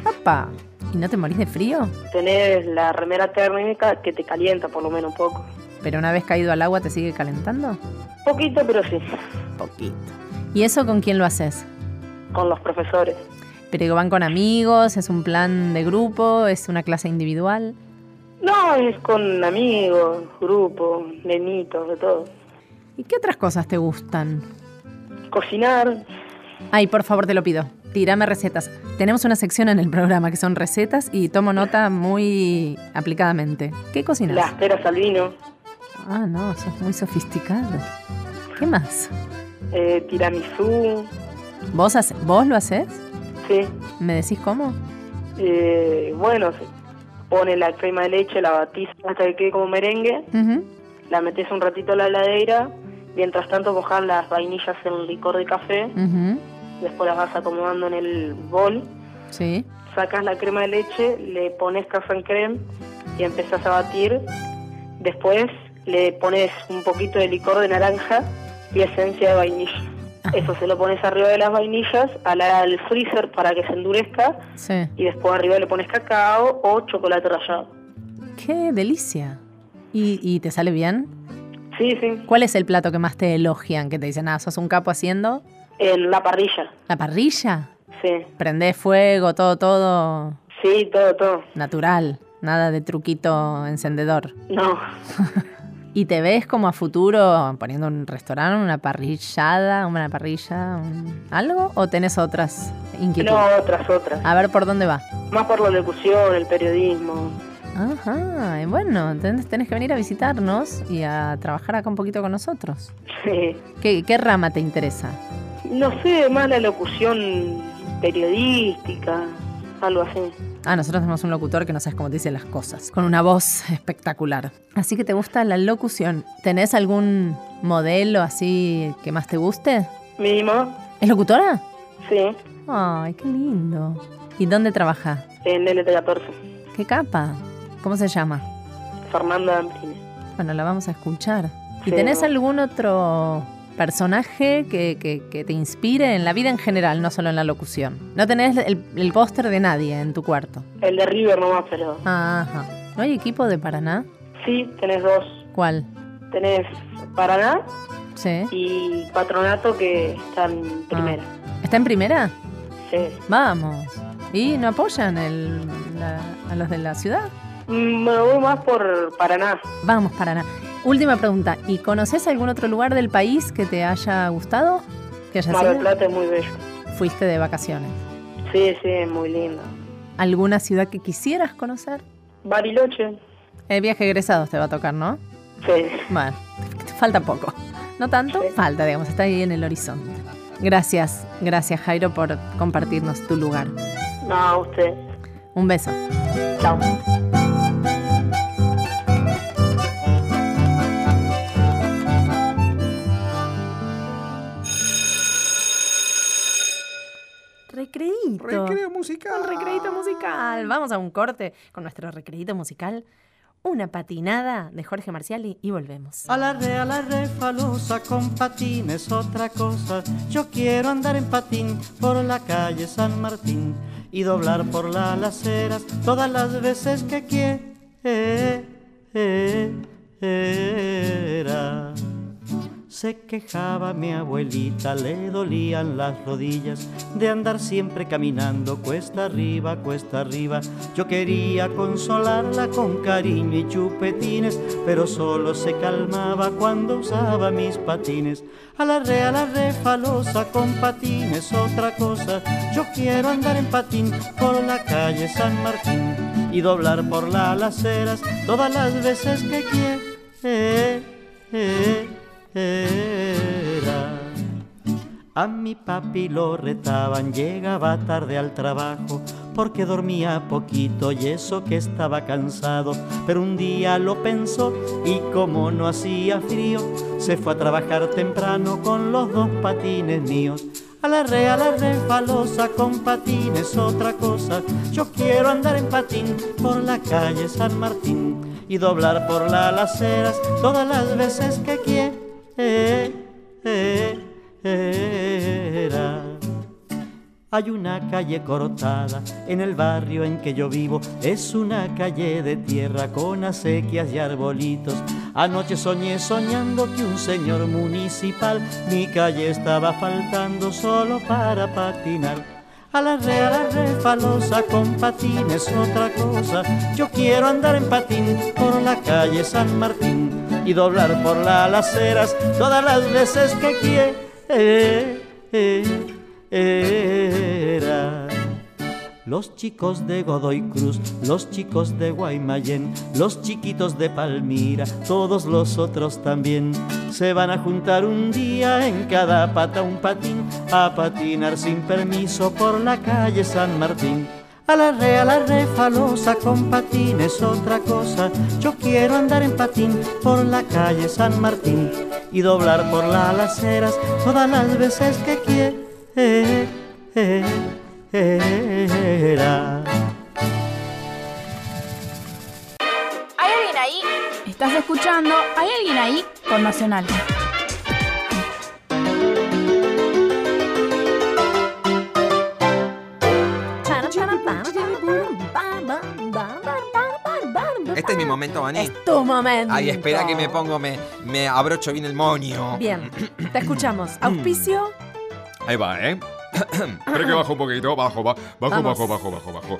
Speaker 2: ¡Apa! ¿Y no te morís de frío?
Speaker 14: Tenés la remera térmica que te calienta por lo menos un poco.
Speaker 2: ¿Pero una vez caído al agua te sigue calentando?
Speaker 14: Poquito, pero sí.
Speaker 2: Poquito. ¿Y eso con quién lo haces?
Speaker 14: Con los profesores.
Speaker 2: ¿Pero digo, van con amigos? ¿Es un plan de grupo? ¿Es una clase individual?
Speaker 14: No, es con amigos, grupo, nenitos, de todo.
Speaker 2: ¿Y qué otras cosas te gustan?
Speaker 14: Cocinar.
Speaker 2: Ay, por favor, te lo pido. Tírame recetas. Tenemos una sección en el programa que son recetas y tomo nota muy aplicadamente. ¿Qué cocinas?
Speaker 14: Las peras al vino,
Speaker 2: Ah, no, sos muy sofisticado. ¿Qué más?
Speaker 14: eh, tiramisú,
Speaker 2: ¿Vos, hace- ¿Vos lo haces?
Speaker 14: sí.
Speaker 2: ¿Me decís cómo?
Speaker 14: Eh, bueno, se pone la crema de leche, la batiz hasta que quede como merengue, la metes un ratito a la heladera, mientras tanto mojas las vainillas en licor de café, después las vas acomodando en el bol,
Speaker 2: Sí.
Speaker 14: sacas la crema de leche, le pones café en creme y empezás a batir, después le pones un poquito de licor de naranja y esencia de vainilla. Eso se lo pones arriba de las vainillas, a la- al freezer para que se endurezca
Speaker 2: Sí.
Speaker 14: y después arriba le pones cacao o chocolate rallado.
Speaker 2: ¡Qué delicia! ¿Y, y te sale bien?
Speaker 14: Sí, sí.
Speaker 2: ¿Cuál es el plato que más te elogian? Que te dicen, ah, sos un capo haciendo.
Speaker 14: En la parrilla,
Speaker 2: ¿La parrilla?
Speaker 14: sí.
Speaker 2: Prendés fuego, todo, todo.
Speaker 14: Sí, todo, todo.
Speaker 2: Natural. Nada de truquito encendedor.
Speaker 14: No,
Speaker 2: ¿Y te ves como a futuro poniendo un restaurante, una parrillada, una parrilla, un- algo? ¿O tenés otras inquietudes?
Speaker 14: no, otras, otras.
Speaker 2: A ver por dónde va.
Speaker 14: Más por la locución, el periodismo.
Speaker 2: Ajá, y bueno, entonces tenés que venir a visitarnos y a trabajar acá un poquito con nosotros.
Speaker 14: Sí.
Speaker 2: ¿Qué, qué rama te interesa?
Speaker 14: No sé, más la locución periodística, algo así.
Speaker 2: Ah, nosotros tenemos un locutor que no sabes cómo te dice las cosas, con una voz espectacular. Así que te gusta la locución. ¿Tenés algún modelo así que más te guste?
Speaker 14: Mi mamá,
Speaker 2: ¿Es locutora?
Speaker 14: sí,
Speaker 2: Ay, qué lindo. ¿Y dónde trabaja?
Speaker 14: en LT14.
Speaker 2: ¿Qué capa? ¿Cómo se llama?
Speaker 14: Fernanda Amprini.
Speaker 2: Bueno, la vamos a escuchar. ¿Y
Speaker 14: Sí.
Speaker 2: tenés algún otro personaje que, que- que te inspire en la vida en general, no solo en la locución? No tenés el, el póster de nadie en tu cuarto.
Speaker 14: El de River nomás, pero...
Speaker 2: Ah. Ajá. ¿No hay equipo de Paraná?
Speaker 14: Sí, tenés dos.
Speaker 2: ¿Cuál?
Speaker 14: Tenés Paraná
Speaker 2: Sí.
Speaker 14: y Patronato que están en
Speaker 2: Ah.
Speaker 14: primera.
Speaker 2: ¿Está en primera?
Speaker 14: Sí.
Speaker 2: Vamos. ¿Y no apoyan el- la- a los de la ciudad?
Speaker 14: Mm, Me voy más por Paraná.
Speaker 2: Vamos, Paraná. Última pregunta. ¿Y conoces algún otro lugar del país que te haya gustado? ¿Que hayas
Speaker 14: Mar del
Speaker 2: ido?
Speaker 14: Plata es muy bello.
Speaker 2: Fuiste de vacaciones.
Speaker 14: Sí, sí, es muy lindo.
Speaker 2: ¿Alguna ciudad que quisieras conocer?
Speaker 14: Bariloche.
Speaker 2: El viaje egresados te va a tocar, ¿no?
Speaker 14: Sí.
Speaker 2: Bueno, te- te falta poco. No tanto, falta, digamos, está ahí en el horizonte. Gracias, gracias Jairo por compartirnos tu lugar.
Speaker 14: No, usted.
Speaker 2: Un beso.
Speaker 14: Chao.
Speaker 2: Recreíto.
Speaker 12: Recreo
Speaker 2: musical. Un recreíto musical. Vamos a un corte con nuestro recreíto musical. Una patinada de Jorge Marciali y volvemos.
Speaker 15: Alarre, alarre, falusa, con patín es otra cosa. Yo quiero andar en patín por la calle San Martín y doblar por las aceras todas las veces que quiera. Se quejaba mi abuelita, le dolían las rodillas de andar siempre caminando cuesta arriba, cuesta arriba. Yo quería consolarla con cariño y chupetines, pero solo se calmaba cuando usaba mis patines. A la re, a la re, falosa, con patines, otra cosa. Yo quiero andar en patín por la calle San Martín y doblar por las aceras todas las veces que quiera. Era. A mi papi lo retaban, llegaba tarde al trabajo porque dormía poquito y eso que estaba cansado. Pero un día lo pensó y como no hacía frío, se fue a trabajar temprano con los dos patines míos. A la re, a la re, falosa, con patines otra cosa. Yo quiero andar en patín por la calle San Martín y doblar por las aceras todas las veces que quiera. Hay una calle cortada en el barrio en que yo vivo. Es una calle de tierra con acequias y arbolitos. Anoche soñé soñando que un señor municipal mi calle estaba faltando solo para patinar. A la re, a la re, falosa, con patines otra cosa. Yo quiero andar en patín por la calle San Martín y doblar por las alaceras todas las veces que quiera. Los chicos de Godoy Cruz, los chicos de Guaymallén, los chiquitos de Palmira, todos los otros también. Se van a juntar un día en cada pata un patín, a patinar sin permiso por la calle San Martín. A la re, a la re, falosa, con patín es otra cosa. Yo quiero andar en patín por la calle San Martín y doblar por las aceras todas las veces que quiera.
Speaker 6: ¿Hay alguien ahí? ¿Estás escuchando? ¿Hay alguien ahí? Por Nacional.
Speaker 3: Este es mi momento, Vani.
Speaker 2: Tu momento.
Speaker 3: Ay, espera que me pongo, me, me abrocho bien el moño.
Speaker 2: Bien, te escuchamos. Auspicio.
Speaker 3: Ahí va, ¿eh? Espera que bajo un poquito, bajo, ba- bajo,
Speaker 2: Vamos.
Speaker 3: bajo, bajo, bajo, bajo.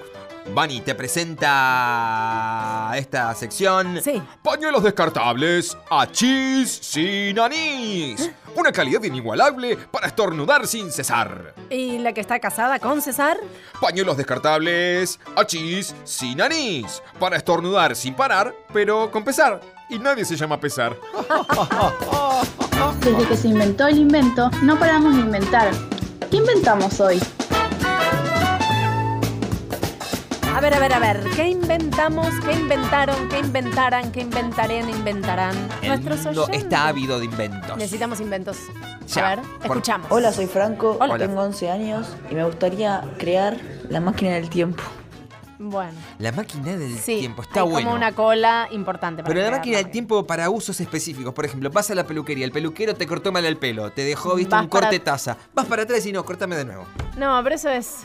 Speaker 3: Vani, te presenta esta sección. Sí. Pañuelos descartables a chis sin anís. Una calidad inigualable para estornudar sin cesar.
Speaker 2: ¿Y la que está casada con César?
Speaker 3: Pañuelos descartables a chis sin anís. Para estornudar sin parar, pero con pesar. Y nadie se llama pesar.
Speaker 6: Desde que se inventó el invento, no paramos de inventar. ¿Qué inventamos hoy?
Speaker 2: A ver, a ver, a ver. ¿Qué inventamos? ¿Qué inventaron? ¿Qué inventaran? ¿Qué inventarán? ¿Inventarán? Nuestros oyentes.
Speaker 3: está ávido de inventos.
Speaker 2: Necesitamos inventos.
Speaker 3: Ya,
Speaker 2: a ver,
Speaker 3: por-
Speaker 2: escuchamos.
Speaker 16: Hola, soy Franco,
Speaker 2: Hola.
Speaker 16: tengo 11 años y me gustaría crear la máquina del tiempo.
Speaker 2: Bueno,
Speaker 3: La máquina del
Speaker 2: sí.
Speaker 3: tiempo está
Speaker 2: hay
Speaker 3: bueno.
Speaker 2: como una cola importante. para
Speaker 3: Pero la
Speaker 2: crear,
Speaker 3: máquina
Speaker 2: ¿no?
Speaker 3: del tiempo para usos específicos. Por ejemplo, vas a la peluquería, el peluquero te cortó mal el pelo, te dejó, viste,
Speaker 2: Vas
Speaker 3: un corte
Speaker 2: para-
Speaker 3: taza. Vas para atrás y no, cortame de nuevo.
Speaker 2: No, pero eso es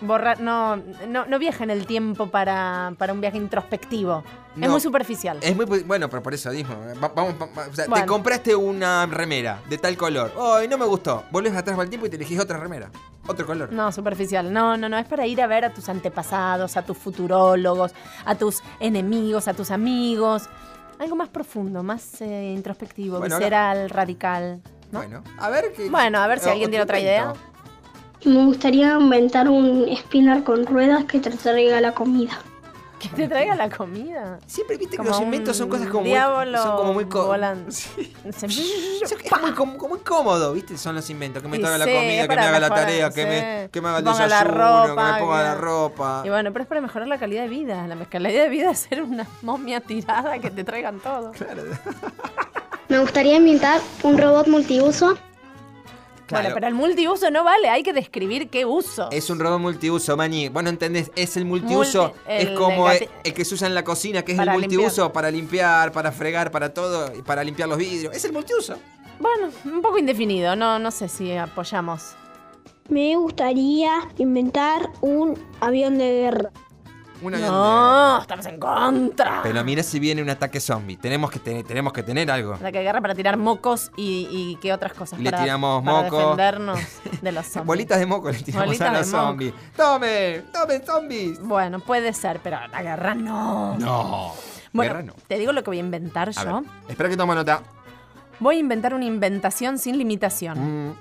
Speaker 2: borrar. No, no, no viaja en el tiempo para, para un viaje introspectivo. Es
Speaker 3: No.
Speaker 2: muy superficial.
Speaker 3: Es muy. pu- Bueno, pero por eso mismo. eh, Va- vamos, va- va- o sea, Te
Speaker 2: Bueno.
Speaker 3: compraste una remera de tal color. Ay, no me gustó. Volvés atrás al tiempo y te elegís otra remera. Otro color.
Speaker 2: No, superficial. No, no, no. Es para ir a ver a tus antepasados, a tus futurólogos, a tus enemigos, a tus amigos. Algo más profundo, más eh, introspectivo,
Speaker 3: Bueno, ahora-
Speaker 2: visceral, radical.
Speaker 3: Bueno, a ver qué.
Speaker 2: Bueno, a ver si
Speaker 3: o-
Speaker 2: alguien tiene
Speaker 3: otro
Speaker 2: otra idea.
Speaker 3: invento.
Speaker 11: Me gustaría inventar un spinner con ruedas que te traiga la comida.
Speaker 2: Que te traiga la comida.
Speaker 3: Siempre viste que los inventos son cosas como muy-
Speaker 2: diablo
Speaker 3: son como muy co-
Speaker 2: volando. Se-
Speaker 3: Es muy, com- como muy cómodo, ¿viste? Son los inventos. Que me
Speaker 2: Y
Speaker 3: traiga la
Speaker 2: sí,
Speaker 3: comida, que me
Speaker 2: para
Speaker 3: haga la
Speaker 2: mejorar,
Speaker 3: tarea, que,
Speaker 2: sí.
Speaker 3: me, que me haga el
Speaker 2: eh, Ponga la
Speaker 3: desayuno, que
Speaker 2: ropa,
Speaker 3: me ponga
Speaker 2: que-
Speaker 3: la ropa.
Speaker 2: Y bueno, pero es para mejorar la calidad de vida. La me- calidad de vida es ser una momia tirada que te traigan todo.
Speaker 11: Me gustaría inventar un robot multiuso.
Speaker 2: Bueno, pero el multiuso no vale, hay que describir qué uso.
Speaker 3: Es un robot multiuso, Mani. Vos no entendés, es el multiuso.
Speaker 2: Multi- el
Speaker 3: es como
Speaker 2: gati-
Speaker 3: el, el que se usa en la cocina, que es el
Speaker 2: Para
Speaker 3: multiuso para limpiar, para fregar, para todo, y para limpiar los vidrios. Es el multiuso.
Speaker 2: Bueno, un poco indefinido, no, no sé si apoyamos.
Speaker 11: Me gustaría inventar un avión de guerra.
Speaker 3: Un
Speaker 11: avión
Speaker 2: No, estamos en contra.
Speaker 3: Pero mira si viene un ataque zombie. Tenemos que, te- tenemos que tener algo.
Speaker 2: La que agarra para tirar mocos y, y qué otras cosas.
Speaker 3: Le
Speaker 2: para,
Speaker 3: tiramos
Speaker 2: para
Speaker 3: moco.
Speaker 2: defendernos de los zombies.
Speaker 3: Bolitas de moco le tiramos
Speaker 2: Bolitas
Speaker 3: a
Speaker 2: de
Speaker 3: los
Speaker 2: moco.
Speaker 3: zombies.
Speaker 2: ¡Tome! ¡Tomen zombies! Bueno, puede ser, pero la guerra no.
Speaker 3: No.
Speaker 2: Bueno,
Speaker 3: guerra no.
Speaker 2: te digo lo que voy a inventar
Speaker 3: A
Speaker 2: yo.
Speaker 3: ver, espera que tomo nota.
Speaker 2: Voy a inventar una inventación sin limitación.
Speaker 3: Mm.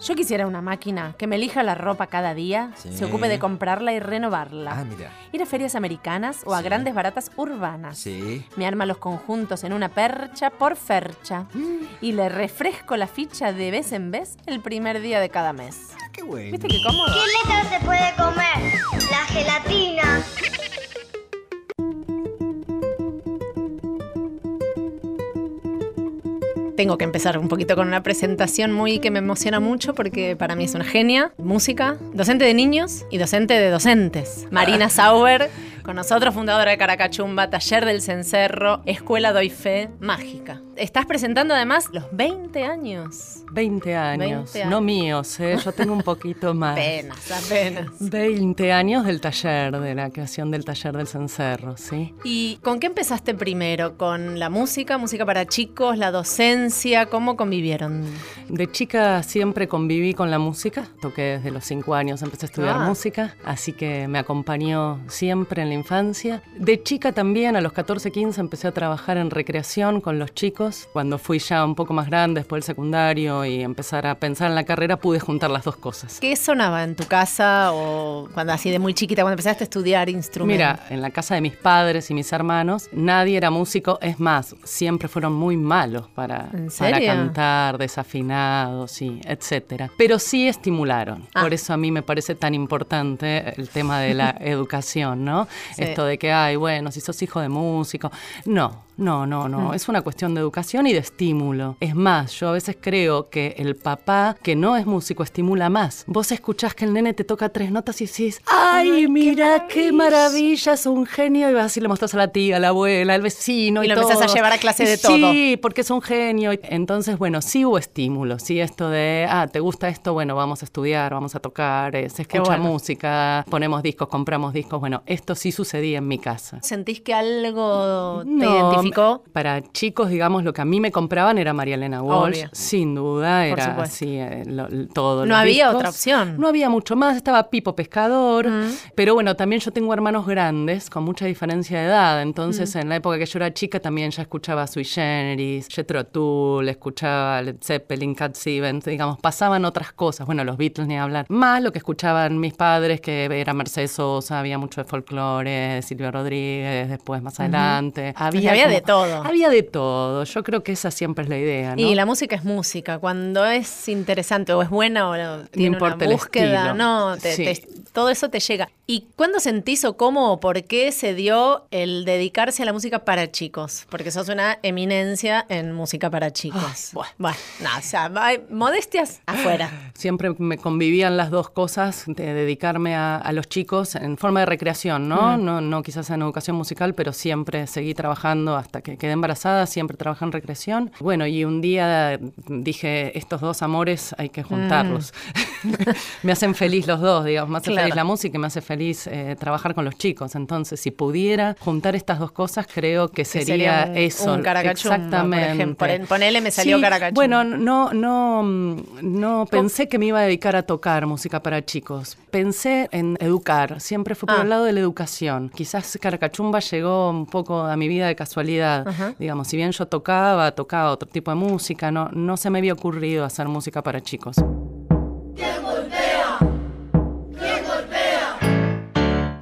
Speaker 2: Yo quisiera una máquina que me elija la ropa cada día,
Speaker 3: Sí.
Speaker 2: se ocupe de comprarla y renovarla.
Speaker 3: Ah, mira.
Speaker 2: Ir a ferias americanas o a grandes baratas urbanas.
Speaker 3: Sí.
Speaker 2: Me arma los conjuntos en una percha por fercha. Y le refresco la ficha de vez en vez el primer día de cada mes.
Speaker 3: Qué bueno.
Speaker 2: ¿Viste qué cómodo?
Speaker 11: ¿Qué letra se puede comer? La gelatina.
Speaker 2: Tengo que empezar un poquito con una presentación muy que me emociona mucho porque para mí es una genia. Música, docente de niños y docente de docentes. Marina Sauber, con nosotros, fundadora de Caracachumba, Taller del Cencerro, Escuela Doy Fe, mágica. Estás presentando además los 20 años.
Speaker 17: 20 años,
Speaker 2: 20
Speaker 17: no
Speaker 2: años.
Speaker 17: míos, ¿eh? yo tengo un poquito más.
Speaker 2: Apenas, apenas.
Speaker 17: 20 años del taller, de la creación del taller del cencerro, ¿sí?
Speaker 2: ¿Y con qué empezaste primero? ¿Con la música, música para chicos, la docencia? ¿Cómo convivieron?
Speaker 17: De chica siempre conviví con la música, toqué desde los 5 años, empecé a estudiar
Speaker 2: Ah.
Speaker 17: música, así que me acompañó siempre en la infancia. De chica también, a los 14, 15, empecé a trabajar en recreación con los chicos. Cuando fui ya un poco más grande, después del secundario y empezar a pensar en la carrera, pude juntar las dos cosas.
Speaker 2: ¿Qué sonaba en tu casa o cuando así de muy chiquita, cuando empezaste a estudiar instrumentos?
Speaker 17: Mira, en la casa de mis padres y mis hermanos, nadie era músico, es más, siempre fueron muy malos para,
Speaker 2: ¿En
Speaker 17: para
Speaker 2: serio?
Speaker 17: cantar, desafinados y etcétera. Pero sí estimularon.
Speaker 2: Ah.
Speaker 17: Por eso a mí me parece tan importante el tema de la educación, ¿no?
Speaker 2: Sí.
Speaker 17: Esto de que, ay, bueno, si sos hijo de músico. No, no, no, no.
Speaker 2: Mm.
Speaker 17: Es una cuestión de educación y de estímulo. Es más, yo a veces creo que el papá que no es músico estimula más. Vos escuchás que el nene te toca tres notas y decís, ¡ay, mira qué maravilla! Es un genio. Y vas y le mostrás a la tía, a la abuela, al vecino.
Speaker 2: Y
Speaker 17: Y,
Speaker 2: lo empezás a
Speaker 17: todo.
Speaker 2: llevar a clase
Speaker 17: Y
Speaker 2: de
Speaker 17: sí,
Speaker 2: todo.
Speaker 17: Sí, porque es un genio. Entonces, bueno, sí hubo estímulo. Sí, esto de, ah, ¿te gusta esto? Bueno, vamos a estudiar, vamos a tocar, eh, se
Speaker 2: Qué
Speaker 17: escucha
Speaker 2: bueno.
Speaker 17: música, ponemos discos, compramos discos. Bueno, esto sí sucedía en mi casa.
Speaker 2: ¿Sentís que algo te
Speaker 17: No,
Speaker 2: identificó?
Speaker 17: Para chicos, digamos, lo que a mí me compraban era María Elena Walsh.
Speaker 2: Obvio.
Speaker 17: Sin duda,
Speaker 2: Por
Speaker 17: era
Speaker 2: supuesto.
Speaker 17: así eh, lo- lo- todo.
Speaker 2: No había otra opción.
Speaker 17: No había mucho más, estaba Pipo Pescador.
Speaker 2: Mm.
Speaker 17: Pero bueno, también yo tengo hermanos grandes con mucha diferencia de edad. Entonces,
Speaker 2: Mm.
Speaker 17: en la época que yo era chica, también ya escuchaba Sui Generis, Jethro Tull, escuchaba Led Zeppelin, Cat Stevens. Digamos, pasaban otras cosas. Bueno, los Beatles ni hablar. Más lo que escuchaban mis padres, que era Mercedes Sosa, había mucho de folclore, de Silvio Rodríguez, después más
Speaker 2: Ujú.
Speaker 17: adelante.
Speaker 2: O sea, había de todo.
Speaker 17: Había de todo. Yo creo que esa siempre es la idea, ¿no?
Speaker 2: Y la música es música. Cuando es interesante o es buena o no- tiene
Speaker 17: importa
Speaker 2: una
Speaker 17: el
Speaker 2: búsqueda,
Speaker 17: estilo.
Speaker 2: no, te-
Speaker 17: Sí.
Speaker 2: te- todo eso te llega. ¿Y cuándo sentís o cómo o por qué se dio el dedicarse a la música para chicos? Porque sos una eminencia en música para chicos. bueno, no, o sea, hay modestias afuera.
Speaker 17: Siempre me convivían las dos cosas de dedicarme a, a los chicos en forma de recreación, ¿no?
Speaker 2: Mm.
Speaker 17: ¿no? No quizás en educación musical, pero siempre seguí trabajando hasta que quedé embarazada, siempre trabajé en recreación. Bueno, y un día dije, estos dos amores hay que juntarlos. me hacen feliz los dos, digamos, me hace
Speaker 2: Mm. Claro.
Speaker 17: feliz la música y me hace feliz eh, trabajar con los chicos. Entonces, si pudiera juntar estas dos cosas, creo que
Speaker 2: Que
Speaker 17: sería,
Speaker 2: sería un-
Speaker 17: eso.
Speaker 2: un caracachumba, por
Speaker 17: Exactamente.
Speaker 2: ejemplo. Ponele, me salió
Speaker 17: Sí,
Speaker 2: caracachumba.
Speaker 17: Bueno, no, no, mm, no pensé que me iba a dedicar a tocar música para chicos. Pensé en educar. Siempre fue por
Speaker 2: Ah.
Speaker 17: el lado de la educación. Quizás Caracachumba llegó un poco a mi vida de casualidad.
Speaker 2: Ajá.
Speaker 17: Digamos, si bien yo tocaba, tocaba otro tipo de música, no, no se me había ocurrido hacer música para chicos.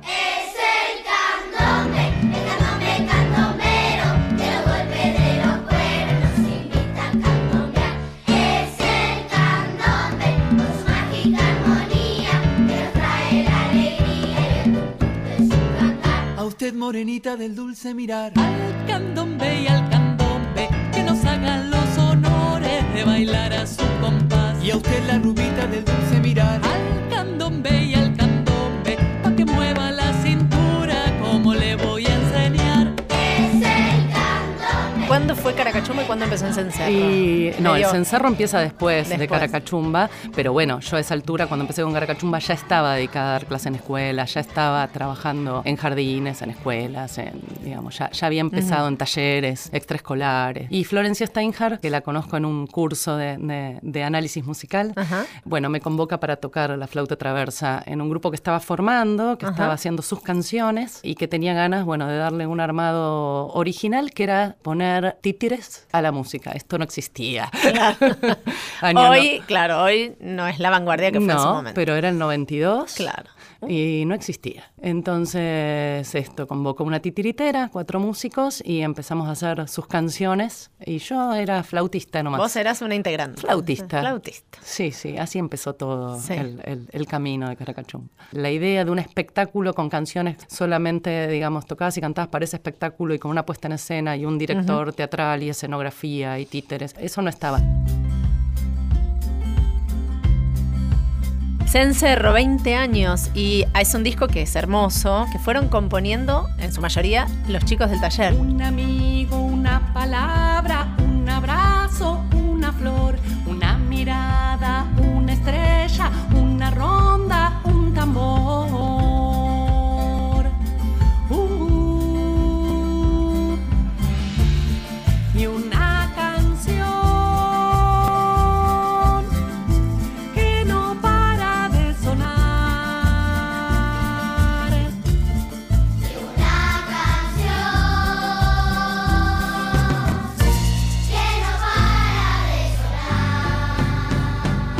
Speaker 11: Es el candombe, el candombe candombero, de los golpes de los cueros nos invita a candombear. Es el candombe, con su mágica armonía, que nos trae la alegría y el tum-tum de su cantar.
Speaker 18: A usted, morenita del dulce mirar. Al candombe y al candombe, que nos hagan los honores de bailar a su compás. Y a usted, la rubita del dulce mirar. Al candombe y al candombe, pa' que mueva la cintura, como le voy a enseñar.
Speaker 2: ¿Cuándo fue Caracachumba y cuándo cuándo empezó el cencerro?
Speaker 17: Y no, el
Speaker 2: Medio-
Speaker 17: cencerro empieza después, de
Speaker 2: Después.
Speaker 17: Caracachumba, pero bueno, yo a esa altura, cuando empecé con Caracachumba, ya estaba dedicada a dar clases en escuelas, ya estaba trabajando en jardines, en escuelas, en, digamos, ya, ya había empezado
Speaker 2: Ujú.
Speaker 17: en talleres extraescolares. Y Florencia Steinhardt, que la conozco en un curso de, de- de análisis musical, bueno, me convoca para tocar la flauta traversa en un grupo que estaba formando, que
Speaker 2: Ajá.
Speaker 17: estaba haciendo sus canciones y que tenía ganas, bueno, de darle un armado original que era poner títeres a la música. Esto no existía. Año
Speaker 2: hoy, claro, hoy no es la vanguardia que fue en su
Speaker 17: no,
Speaker 2: momento.
Speaker 17: pero era el 92. Claro. Y no existía. Entonces, esto, convocó una titiritera, cuatro músicos, y empezamos a hacer sus canciones. Y yo era flautista nomás.
Speaker 2: Vos eras una integrante.
Speaker 17: Flautista.
Speaker 2: Flautista.
Speaker 17: Sí, sí, así empezó todo
Speaker 2: Sí.
Speaker 17: el, el- el camino de Caracachum. La idea de un espectáculo con canciones solamente, digamos, tocadas y cantadas para ese espectáculo y con una puesta en escena y un director teatral y escenografía y títeres, eso no estaba.
Speaker 2: Cencerro, 20 años, y es un disco que es hermoso, que fueron componiendo, en su mayoría, los chicos del taller.
Speaker 18: Un amigo, una palabra, un abrazo, una flor, una mirada, una estrella, una ronda, un tambor. Uh, y una canción que no para de sonar.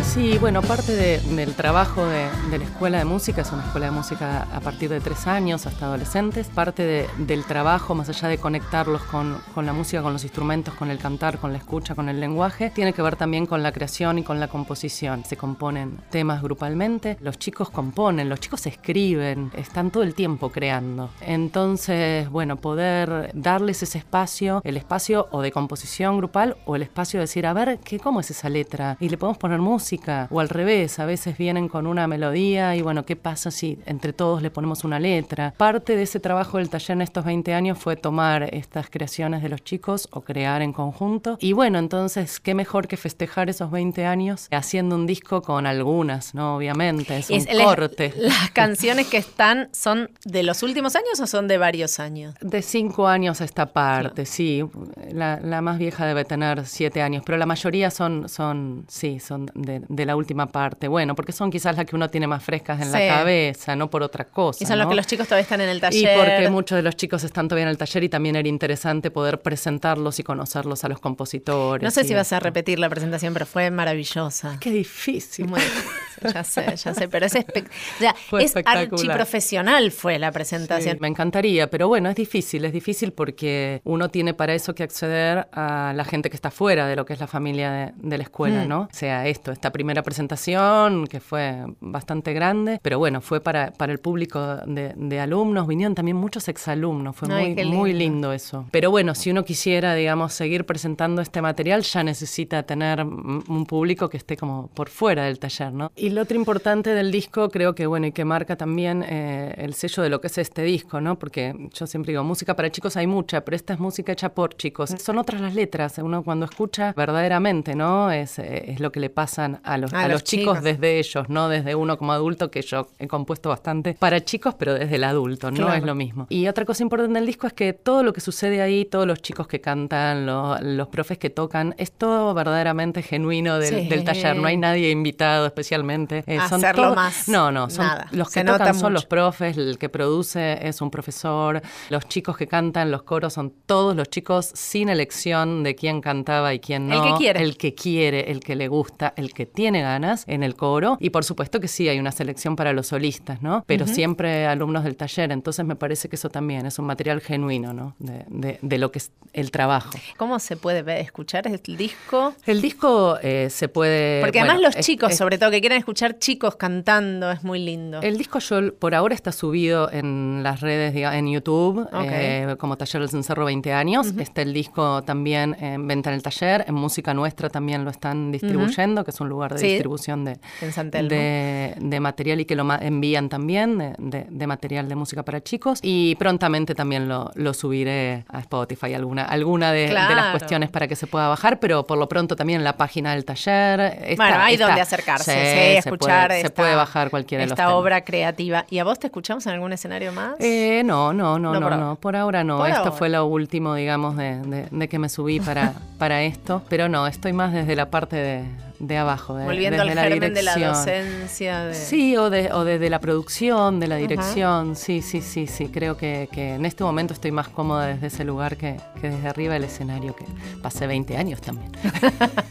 Speaker 17: Sí, bueno, parte de- del trabajo de, de la escuela de música, es una escuela de música a partir de tres años hasta adolescentes, parte de- del trabajo, más allá de conectarlos con, con la música, con los instrumentos, con el cantar, con la escucha, con el lenguaje, tiene que ver también con la creación y con la composición. Se componen temas grupalmente, los chicos componen, los chicos escriben, están todo el tiempo creando. Entonces, bueno, poder darles ese espacio, el espacio o de composición grupal o el espacio de decir, a ver, ¿qué, ¿cómo es esa letra? Y le podemos poner música. O al revés, a veces vienen con una melodía y bueno, ¿qué pasa si entre todos le ponemos una letra? Parte de ese trabajo del taller en estos 20 años fue tomar estas creaciones de los chicos o crear en conjunto. Y bueno, entonces, ¿qué mejor que festejar esos 20 años haciendo un disco con algunas, ¿no? Obviamente, es un
Speaker 2: Es- les-
Speaker 17: corte.
Speaker 2: Las canciones que están, ¿son de los últimos años o son de varios años?
Speaker 17: De cinco años a esta parte, sí. La, la más vieja debe tener siete años, pero la mayoría son, son sí, son de, de la última parte. Bueno, porque son quizás las que uno tiene más frescas
Speaker 2: Sí.
Speaker 17: en la cabeza, no por otra cosa.
Speaker 2: Y son los
Speaker 17: ¿no?
Speaker 2: que los chicos todavía están en el taller.
Speaker 17: Y porque muchos de los chicos están todavía en el taller y también era interesante poder presentarlos y conocerlos a los compositores.
Speaker 2: No sé
Speaker 17: y
Speaker 2: si vas a repetir la presentación, pero fue maravillosa.
Speaker 17: Qué difícil.
Speaker 2: Muy difícil. Ya sé, ya sé, pero es, espect- o sea,
Speaker 17: Fue
Speaker 2: es
Speaker 17: espectacular.
Speaker 2: archiprofesional fue la presentación.
Speaker 17: Sí, me encantaría, pero bueno, es difícil, es difícil porque uno tiene para eso que acceder a la gente que está fuera de lo que es la familia de, de la escuela,
Speaker 2: Mm.
Speaker 17: ¿no? O sea, esto, esta primera presentación que fue bastante grande, pero bueno, fue para, para el público de, de alumnos, vinieron también muchos exalumnos, fue
Speaker 2: Ay,
Speaker 17: muy,
Speaker 2: qué
Speaker 17: muy
Speaker 2: lindo.
Speaker 17: lindo eso. Pero bueno, si uno quisiera, digamos, seguir presentando este material, ya necesita tener mm, un público que esté como por fuera del taller, ¿no? Y lo otro importante del disco, creo que, bueno, y que marca también eh, el sello de lo que es este disco, ¿no? Porque yo siempre digo, música para chicos hay mucha, pero esta es música hecha por chicos. Son otras las letras, uno cuando escucha verdaderamente, ¿no? Es, eh, es lo que le pasan a los,
Speaker 2: A
Speaker 17: a
Speaker 2: los
Speaker 17: los chicos
Speaker 2: chicos.
Speaker 17: desde ellos, no desde uno como adulto, que yo he compuesto bastante para chicos, pero desde el adulto, no
Speaker 2: Claro.
Speaker 17: es lo mismo. Y otra cosa importante del disco es que todo lo que sucede ahí, todos los chicos que cantan, lo- los profes que tocan, es todo verdaderamente genuino del,
Speaker 2: Sí.
Speaker 17: del taller. No hay nadie invitado especialmente. Eh,
Speaker 2: Hacerlo
Speaker 17: todos-
Speaker 2: más,
Speaker 17: No, no, son
Speaker 2: nada.
Speaker 17: los que
Speaker 2: Se nota
Speaker 17: tocan son los
Speaker 2: mucho.
Speaker 17: profes, el que produce es un profesor, los chicos que cantan, los coros son todos los chicos sin elección de quién cantaba y quién
Speaker 2: El
Speaker 17: no.
Speaker 2: que quiere.
Speaker 17: El que quiere, el que le gusta, el que tiene ganas en el coro. Y por supuesto que sí, hay una selección para los solistas, ¿no? Pero
Speaker 2: Ujú.
Speaker 17: siempre alumnos del taller. Entonces me parece que eso también es un material genuino, ¿no? De, de- de lo que es el trabajo.
Speaker 2: ¿Cómo se puede ver- escuchar el disco?
Speaker 17: El disco eh, se puede...
Speaker 2: Porque
Speaker 17: bueno,
Speaker 2: además los
Speaker 17: es-
Speaker 2: chicos,
Speaker 17: es-
Speaker 2: sobre todo, que quieran escuchar chicos cantando, es muy lindo.
Speaker 17: El disco yo por ahora está subido en las redes, diga- en YouTube,
Speaker 2: Ok.
Speaker 17: eh, como Taller del Cencerro 20 años. Está el disco también en venta en el taller, en Música Nuestra también lo están distribuyendo, que es un lugar de
Speaker 2: Sí, Sí.
Speaker 17: distribución de,
Speaker 2: En San Telmo.
Speaker 17: de, de material y que lo ma- envían también, de, de- de material de música para chicos. Y prontamente también lo, lo subiré a Spotify, alguna, alguna de, de las
Speaker 2: Claro.
Speaker 17: cuestiones para que se pueda bajar, pero por lo pronto también la página del taller. está-
Speaker 2: bueno, hay
Speaker 17: está-
Speaker 2: donde acercarse, sí,
Speaker 17: se
Speaker 2: escuchar.
Speaker 17: puede- Se puede,
Speaker 2: esta-
Speaker 17: bajar cualquiera de los
Speaker 2: Esta
Speaker 17: temas.
Speaker 2: obra creativa. ¿Y a vos te escuchamos en algún escenario más?
Speaker 17: Eh, no, no, no,
Speaker 2: No,
Speaker 17: no,
Speaker 2: por
Speaker 17: no,
Speaker 2: ahora.
Speaker 17: Por ahora no.
Speaker 2: Por
Speaker 17: esto
Speaker 2: ahora.
Speaker 17: fue lo último, digamos, de, de- de que me subí para, para esto. Pero no, estoy más desde la parte de, de abajo, de,
Speaker 2: Volviendo al
Speaker 17: desde la
Speaker 2: germen de la
Speaker 17: dirección.
Speaker 2: docencia. de-
Speaker 17: Sí, o, de- o desde la producción, de la
Speaker 2: Ajá.
Speaker 17: dirección. Sí, sí, sí, sí. Creo que, que en este momento estoy más cómoda desde ese lugar que, que desde arriba del escenario, que pasé 20 años también.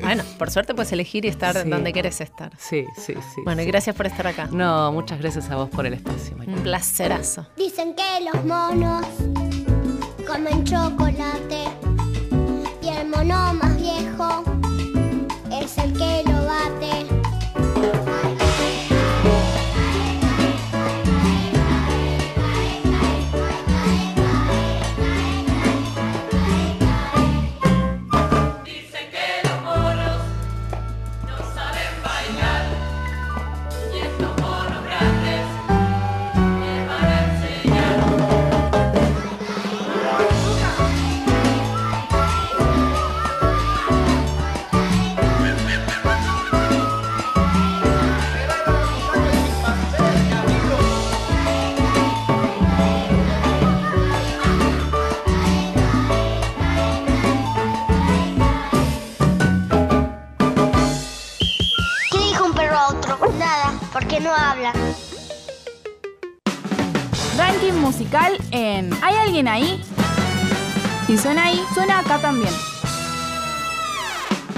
Speaker 2: Bueno, por suerte puedes elegir y estar
Speaker 17: Sí.
Speaker 2: donde quieres estar.
Speaker 17: Sí, sí, sí.
Speaker 2: Bueno, y
Speaker 17: sí.
Speaker 2: gracias por estar acá.
Speaker 17: No, muchas gracias a vos por el espacio. María.
Speaker 2: Un placerazo.
Speaker 5: Dicen que los monos comen chocolate y el mono más viejo es el que lo bate.
Speaker 18: Dicen que los monos no saben bailar y estos monos grandes me van a enseñar.
Speaker 5: ¿Qué dijo un perro a otro? Nada, porque no habla.
Speaker 6: Ranking musical en ¿Hay alguien ahí? Si suena ahí, suena acá también.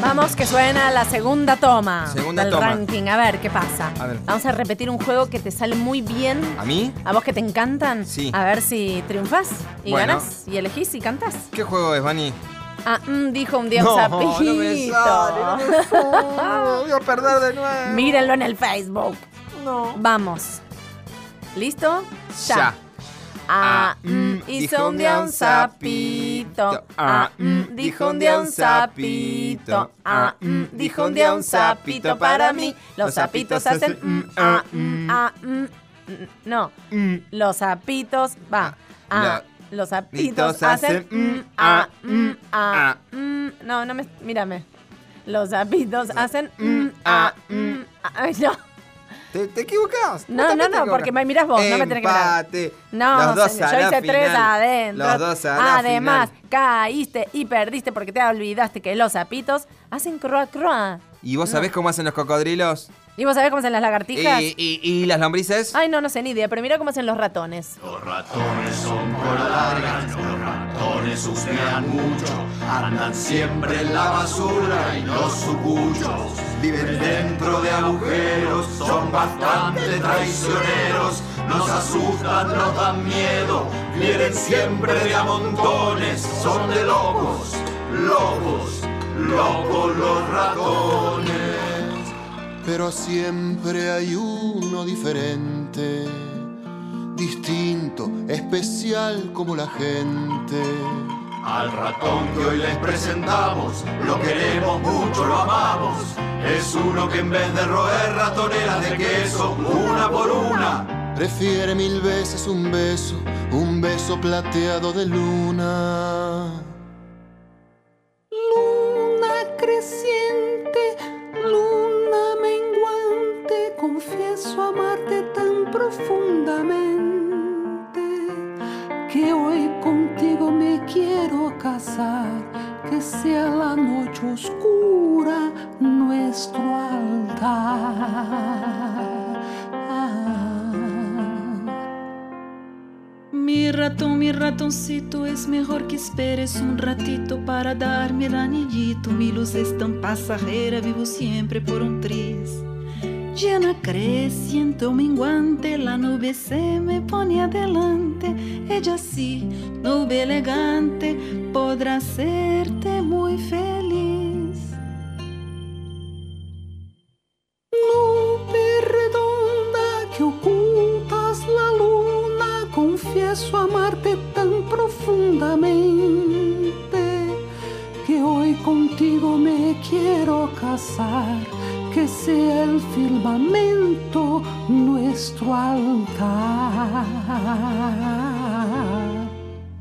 Speaker 2: Vamos, que suena la segunda toma
Speaker 3: Segunda
Speaker 2: del
Speaker 3: toma.
Speaker 2: ranking. A ver qué pasa.
Speaker 3: A ver.
Speaker 2: Vamos a repetir un juego que te sale muy bien.
Speaker 3: ¿A mí?
Speaker 2: ¿A vos que te encantan?
Speaker 3: Sí.
Speaker 2: A ver si triunfás y
Speaker 3: Bueno.
Speaker 2: ganás y elegís y cantás.
Speaker 3: ¿Qué juego es, Vani?
Speaker 2: Ah, mm, dijo un día un
Speaker 3: No, no
Speaker 2: sapito.
Speaker 3: me sale, no me sale, voy a perder de nuevo.
Speaker 2: Mírenlo en el Facebook. No. Vamos. ¿Listo?
Speaker 3: Ya.
Speaker 2: Ah,
Speaker 3: Ah,
Speaker 2: mm,
Speaker 3: mm,
Speaker 2: hizo un día un sapito. Ah, mm, dijo un día un sapito. Ah, mm, dijo un día un sapito para mí. Los sapitos hacen mm, ah, mm, ah, mm, mm, no. Los sapitos va. Ah, los sapitos
Speaker 18: Pitos
Speaker 2: hacen
Speaker 18: hacen
Speaker 2: mm,
Speaker 18: mm, ah,
Speaker 2: mm, ah,
Speaker 18: ah.
Speaker 2: mm. No, no me mírame. Los sapitos hacen mm, ah, mm, ah. Ay, no.
Speaker 3: ¿Te, te equivocas?
Speaker 2: No, no, no, porque me miras vos, no me tenés que mirar.
Speaker 3: Empate.
Speaker 2: No,
Speaker 3: Los dos
Speaker 2: señor,
Speaker 3: a
Speaker 2: yo
Speaker 3: la
Speaker 2: hice tres
Speaker 3: final.
Speaker 2: adentro.
Speaker 3: Los dos a la
Speaker 2: Además,
Speaker 3: final.
Speaker 2: caíste y perdiste porque te olvidaste que los zapitos hacen croa croa.
Speaker 3: ¿Y vos sabés cómo hacen los cocodrilos?
Speaker 2: ¿Y vos sabés cómo hacen las
Speaker 3: ¿Y,
Speaker 2: lagartijas?
Speaker 3: y- y las lombrices?
Speaker 2: Ay, no, no sé ni idea, pero mira cómo hacen los ratones.
Speaker 13: Los ratones son cola larga, los ratones suspiran mucho, andan siempre en la basura y los sucuchos viven dentro de agujeros, son bastante traicioneros, nos asustan, nos dan miedo, vienen siempre de a montones, son de locos, locos, locos los ratones.
Speaker 19: pero siempre hay uno diferente, distinto, especial como la gente.
Speaker 13: Al ratón que hoy les presentamos, lo queremos mucho, lo amamos. Es uno que en vez de roer ratoneras de queso, una por una,
Speaker 19: Prefiere mil veces un beso, un beso plateado de luna.
Speaker 18: Luna creciente, luna menguante, confieso amarte tan profundamente que hoy contigo me quiero casar, que sea la noche oscura nuestro altar. Ah.
Speaker 20: Mi ratón, mi ratoncito, es mejor que esperes un ratito para darme el anillito. Mi luz es tan pasajera, vivo siempre por un tris. Llena creciente o minguante, la nube se me pone adelante. Ella sí, nube elegante, podrá hacerte muy feliz.
Speaker 18: Nube redonda que ocultas la luna, confieso amarte tan profundamente que hoy contigo me quiero casar, que sea el firmamento nuestro altar.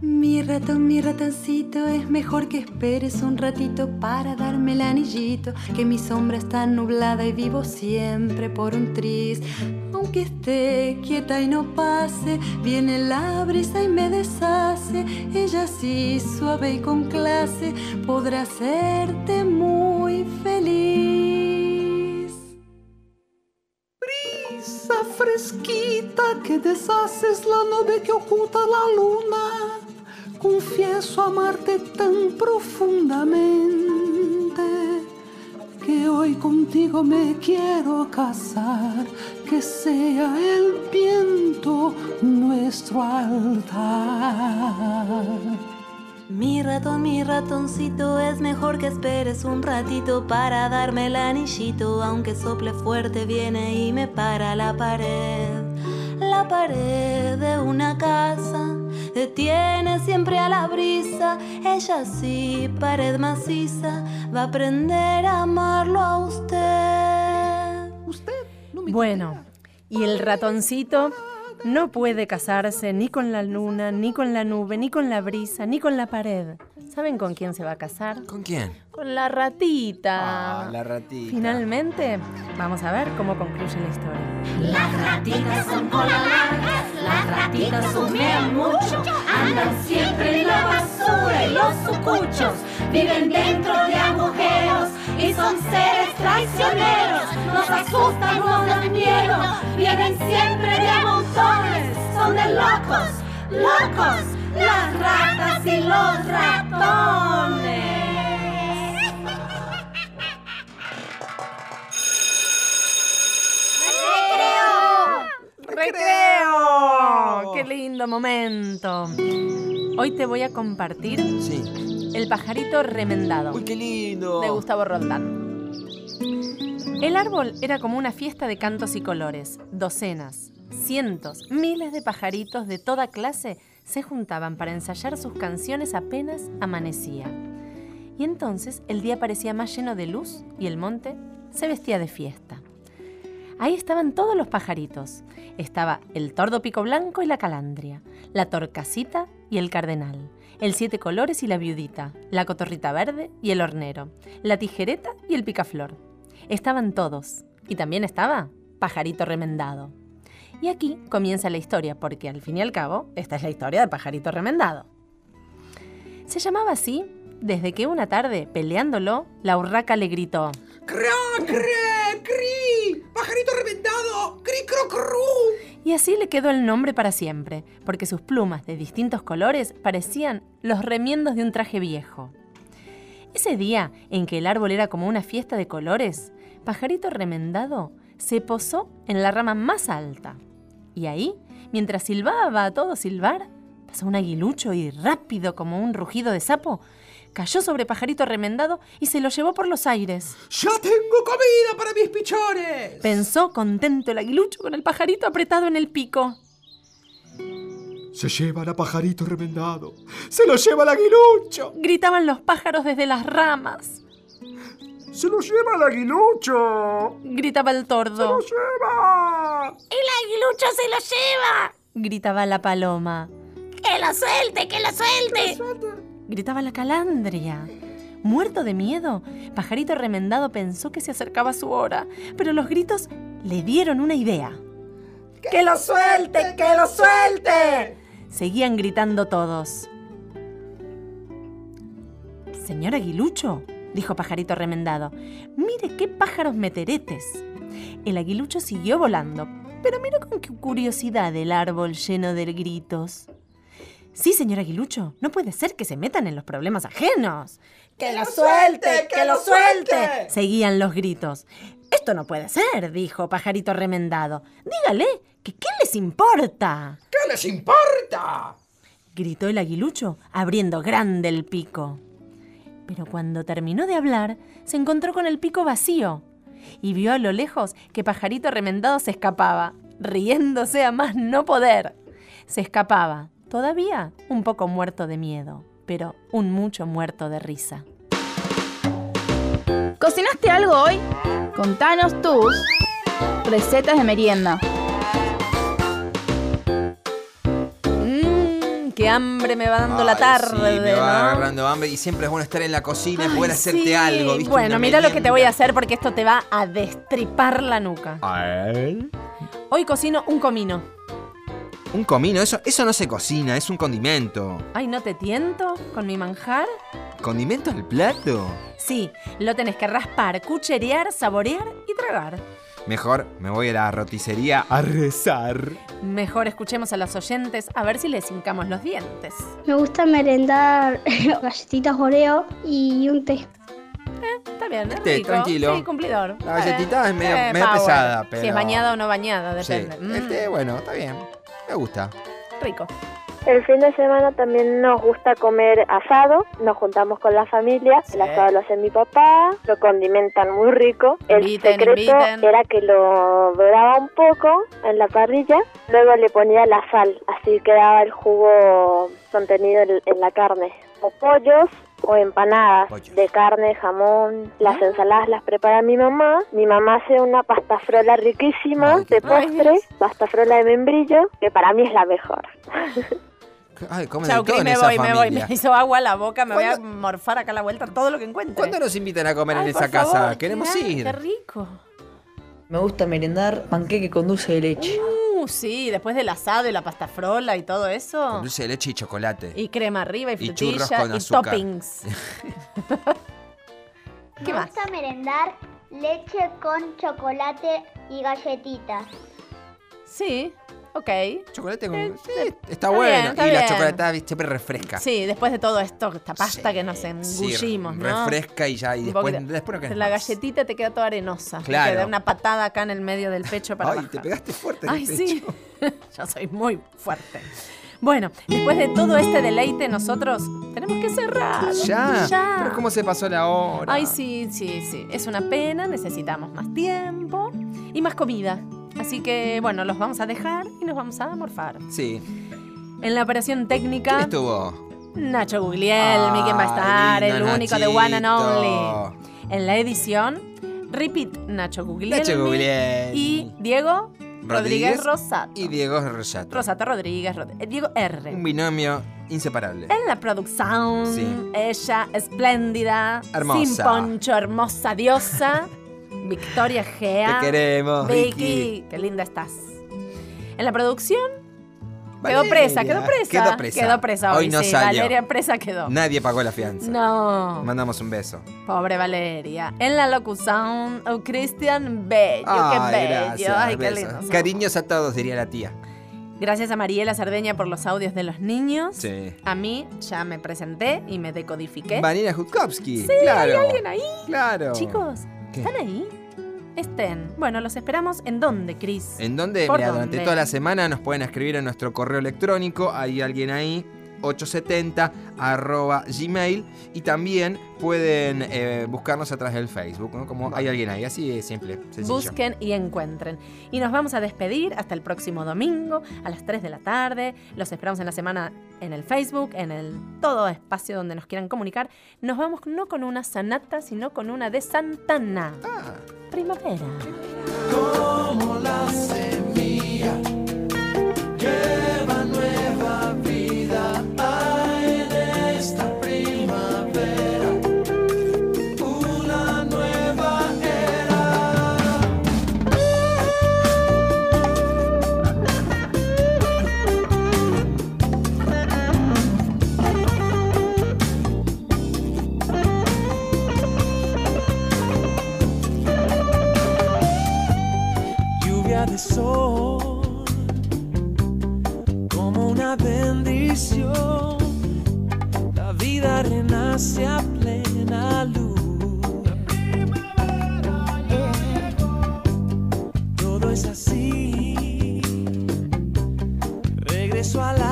Speaker 21: Mi ratón, mi ratoncito, es mejor que esperes un ratito para darme el anillito, que mi sombra está nublada y vivo siempre por un tris. Aunque esté quieta y no pase, viene la brisa y me deshace. Ella sí, suave y con clase, podrá hacerte muy feliz.
Speaker 18: Brisa fresquita que deshaces la nube que oculta la luna. Confieso amarte tan profundamente que hoy contigo me quiero casar. Que sea el viento nuestro altar.
Speaker 21: Mi ratón, mi ratoncito, es mejor que esperes un ratito para darme el anillito, aunque sople fuerte viene y me para la pared. La pared de una casa detiene siempre a la brisa, ella sí, pared maciza, va a aprender a amarlo a usted.
Speaker 2: Bueno, y el ratoncito no puede casarse ni con la luna, ni con la nube, ni con la brisa, ni con la pared. ¿Saben con quién se va a casar?
Speaker 22: ¿Con quién?
Speaker 2: Con la Ah, ratita.
Speaker 3: Ah,
Speaker 23: la ratita.
Speaker 2: Finalmente, vamos a ver cómo concluye la historia.
Speaker 13: Las ratitas son cola largas, las ratitas humean mucho, andan siempre en la basura y los sucuchos viven dentro de agujeros y son seres traicioneros, nos asustan, nos dan miedo, vienen siempre de a montones, son de locos, locos, las ratas y los ratones.
Speaker 2: ¡Recreo! ¡Qué lindo momento! Hoy te voy a compartir El pajarito remendado. ¡Uy,
Speaker 23: qué lindo!
Speaker 2: De Gustavo Roldán. El árbol era como una fiesta de cantos y colores. Docenas, cientos, miles de pajaritos de toda clase se juntaban para ensayar sus canciones apenas amanecía. Y entonces el día parecía más lleno de luz y el monte se vestía de fiesta. Ahí estaban todos los pajaritos. Estaba el tordo pico blanco y la calandria, la torcasita y el cardenal, el siete colores y la viudita, la cotorrita verde y el hornero, la tijereta y el picaflor. Estaban todos. Y también estaba pajarito remendado. Y aquí comienza la historia, porque al fin y al cabo, esta es la historia de pajarito remendado. Se llamaba así desde que una tarde, peleándolo, la urraca le gritó.
Speaker 3: ¡Cra, cre, cri! ¡Pajarito reventado! ¡Cri, cro, cru!
Speaker 2: Y así le quedó el nombre para siempre, porque sus plumas de distintos colores parecían los remiendos de un traje viejo. Ese día en que el árbol era como una fiesta de colores, Pajarito Remendado se posó en la rama más alta. Y ahí, mientras silbaba a todo silbar, pasó un aguilucho y rápido como un rugido de sapo, cayó sobre Pajarito Remendado y se lo llevó por los aires.
Speaker 3: ¡Ya tengo comida para mis pichones!
Speaker 2: Pensó contento el aguilucho con el pajarito apretado en el pico.
Speaker 3: Se llevan a pajarito remendado. ¡Se lo lleva el aguilucho!
Speaker 2: Gritaban los pájaros desde las ramas.
Speaker 3: ¡Se lo lleva el aguilucho!
Speaker 2: Gritaba el tordo.
Speaker 3: ¡Se lo lleva!
Speaker 13: ¡El aguilucho se lo lleva!
Speaker 2: Gritaba la paloma.
Speaker 13: ¡Que lo suelte, que lo suelte!
Speaker 2: Gritaba la calandria. Muerto de miedo, Pajarito Remendado pensó que se acercaba su hora, pero los gritos le dieron una idea.
Speaker 3: ¡Que lo suelte! ¡Que lo suelte!
Speaker 2: Seguían gritando todos. Señor Aguilucho, dijo Pajarito Remendado, mire qué pájaros meteretes. El aguilucho siguió volando, pero mira con qué curiosidad el árbol lleno de gritos. Sí, señor Aguilucho, no puede ser que se metan en los problemas ajenos.
Speaker 3: ¡Que lo suelte! ¡Que lo suelte!
Speaker 2: Seguían los gritos. Esto no puede ser, dijo Pajarito Remendado. Dígale, que ¿qué les importa?
Speaker 3: ¿Qué les importa?
Speaker 2: Gritó el aguilucho, abriendo grande el pico. Pero cuando terminó de hablar, se encontró con el pico vacío y vio a lo lejos que Pajarito Remendado se escapaba, riéndose a más no poder. Se escapaba, todavía un poco muerto de miedo, pero un mucho muerto de risa.
Speaker 6: ¿Cocinaste algo hoy? Contanos tus recetas de merienda.
Speaker 2: Mmm, qué hambre me va dando la tarde.
Speaker 3: Sí, me va
Speaker 2: ¿no?
Speaker 3: agarrando hambre y siempre es bueno estar en la cocina y poder
Speaker 2: Ay,
Speaker 3: hacerte
Speaker 2: sí.
Speaker 3: algo, ¿viste?
Speaker 2: Bueno,
Speaker 3: Una
Speaker 2: mira lo que te
Speaker 3: merienda.
Speaker 2: voy a hacer porque esto te va a destripar la nuca.
Speaker 3: A ver.
Speaker 2: Hoy cocino un comino.
Speaker 3: Un comino, eso, eso no se cocina, es un condimento.
Speaker 2: Ay, ¿no te tiento con mi manjar?
Speaker 3: ¿Condimento al plato?
Speaker 2: Sí, lo tenés que raspar, cucherear, saborear y tragar.
Speaker 3: Mejor me voy a la roticería a rezar.
Speaker 2: Mejor escuchemos a los oyentes a ver si les hincamos los dientes.
Speaker 5: Me gusta merendar galletitas Oreo y un té.
Speaker 2: Está bien, es
Speaker 3: Té,
Speaker 2: rico.
Speaker 3: Este, tranquilo.
Speaker 2: Sí, cumplidor. Eh,
Speaker 3: La galletita es medio- medio
Speaker 2: power.
Speaker 3: pesada,
Speaker 2: Si es
Speaker 3: pero-
Speaker 2: bañada o no bañada,
Speaker 3: Sí,
Speaker 2: depende. Mm,
Speaker 3: este, bueno, está bien. Me gusta.
Speaker 2: rico.
Speaker 1: El fin de semana también nos gusta comer asado, nos juntamos con la familia, el asado lo hace mi papá, lo condimentan muy rico. El
Speaker 2: Inviten,
Speaker 1: secreto
Speaker 2: inviten.
Speaker 1: era que lo doraba un poco en la parrilla, luego le ponía la sal, así quedaba el jugo contenido en, en la carne. O pollos o empanadas de carne, jamón, las ensaladas las prepara mi mamá. Mi mamá hace una pasta frola riquísima de postre, pasta frola de membrillo, que para mí es la mejor.
Speaker 3: Ay, comen
Speaker 2: Chau,
Speaker 3: de todo
Speaker 2: Cris,
Speaker 3: en
Speaker 2: me
Speaker 3: esa
Speaker 2: voy, me voy.
Speaker 3: familia.
Speaker 2: Me hizo agua la boca, me voy a morfar acá a la vuelta todo lo que encuentre.
Speaker 3: ¿Cuándo nos invitan a comer en
Speaker 2: Ay,
Speaker 3: esa
Speaker 2: por
Speaker 3: casa?
Speaker 2: favor,
Speaker 3: Queremos
Speaker 2: mirá,
Speaker 3: ir.
Speaker 2: Qué rico.
Speaker 16: Me gusta merendar panqueque con dulce de leche.
Speaker 2: Uh, sí, después del asado y la pasta frola y todo eso.
Speaker 3: Dulce de leche y chocolate.
Speaker 2: Y crema arriba y
Speaker 3: Y churros
Speaker 2: frutilla
Speaker 3: con
Speaker 2: y,
Speaker 3: azúcar.
Speaker 2: toppings.
Speaker 5: Me
Speaker 2: ¿Qué más?
Speaker 5: gusta merendar leche con chocolate y galletitas.
Speaker 2: Sí, ok.
Speaker 3: Chocolate con... Está,
Speaker 2: bien,
Speaker 3: bueno.
Speaker 2: está
Speaker 3: y la
Speaker 2: bien.
Speaker 3: chocolatada viste, siempre refresca.
Speaker 2: Sí, después de todo esto, esta pasta que nos
Speaker 3: Sí,
Speaker 2: engullimos, ¿no?
Speaker 3: Refresca y ya. Y
Speaker 2: Un
Speaker 3: después,
Speaker 2: poquito.
Speaker 3: después no querés
Speaker 2: La
Speaker 3: más.
Speaker 2: galletita te queda toda arenosa. Te
Speaker 3: Claro.
Speaker 2: queda una patada acá en el medio del pecho para
Speaker 3: Ay,
Speaker 2: bajar.
Speaker 3: te pegaste fuerte en el
Speaker 2: Ay, sí. Yo soy muy fuerte. Bueno, después de todo este deleite, nosotros tenemos que cerrar.
Speaker 3: Ya. Pero cómo se pasó la hora.
Speaker 2: Ay, sí, sí, sí. Es una pena, necesitamos más tiempo y más comida. Así que, bueno, los vamos a dejar y nos vamos a morfar.
Speaker 3: Sí.
Speaker 2: En la operación
Speaker 3: ¿Quién
Speaker 2: técnica,
Speaker 3: estuvo?
Speaker 2: Nacho Guglielmi, quien va a estar,
Speaker 3: Ay,
Speaker 2: el
Speaker 3: lindo
Speaker 2: único de One and Only.
Speaker 3: Nachito.
Speaker 2: En la edición, repeat Nacho Guglielmi.
Speaker 3: Nacho Guglielmi.
Speaker 2: Y Diego Rodríguez, Rosato.
Speaker 3: Y Diego Rosato.
Speaker 2: Rosato Rodríguez, Rod- eh, Diego R.
Speaker 3: Un binomio inseparable.
Speaker 2: En la producción,
Speaker 3: Sí.
Speaker 2: ella espléndida,
Speaker 3: Hermosa.
Speaker 2: sin poncho, hermosa diosa, Victoria Gea.
Speaker 3: Te queremos,
Speaker 2: Vicky.
Speaker 3: Vicky.
Speaker 2: Qué linda estás. En la producción, quedó
Speaker 3: Valeria.
Speaker 2: presa, quedó presa.
Speaker 3: Quedó presa.
Speaker 2: Quedó presa hoy,
Speaker 3: Hoy no
Speaker 2: sí,
Speaker 3: salió.
Speaker 2: Valeria presa quedó.
Speaker 3: Nadie pagó la fianza.
Speaker 2: No.
Speaker 3: Mandamos un beso.
Speaker 2: Pobre Valeria. En la locución, oh, Cristian Bello. qué bello. Ay, qué
Speaker 3: besos.
Speaker 2: lindo.
Speaker 3: Cariños a todos, diría la tía.
Speaker 2: Gracias a Mariela Sardeña por los audios de los niños.
Speaker 3: Sí.
Speaker 2: A mí ya me presenté y me decodifiqué.
Speaker 3: Vanina Jutkowski.
Speaker 2: Sí,
Speaker 3: claro.
Speaker 2: hay alguien ahí.
Speaker 3: Claro.
Speaker 2: Chicos,
Speaker 3: ¿Qué?
Speaker 2: ¿están ahí? Estén. Bueno, los esperamos. ¿En dónde, Cris?
Speaker 3: En donde,
Speaker 2: ¿Por
Speaker 3: mira, durante
Speaker 2: dónde?
Speaker 3: toda la semana nos pueden escribir a nuestro correo electrónico, hay alguien ahí, 870 arroba gmail y también pueden eh, buscarnos atrás del Facebook, ¿no? como hay alguien ahí, así de simple, sencillo.
Speaker 2: Busquen y encuentren. Y nos vamos a despedir hasta el próximo domingo a las 3 de la tarde. Los esperamos en la semana en el Facebook, en el todo espacio donde nos quieran comunicar. Nos vamos no con una sanata, sino con una de Santana. Primavera.
Speaker 18: como la semilla lleva nueva vida hay en esta primavera una nueva era lluvia de sol, como una bendición. La vida renace a plena luz. Todo es así. Regreso a la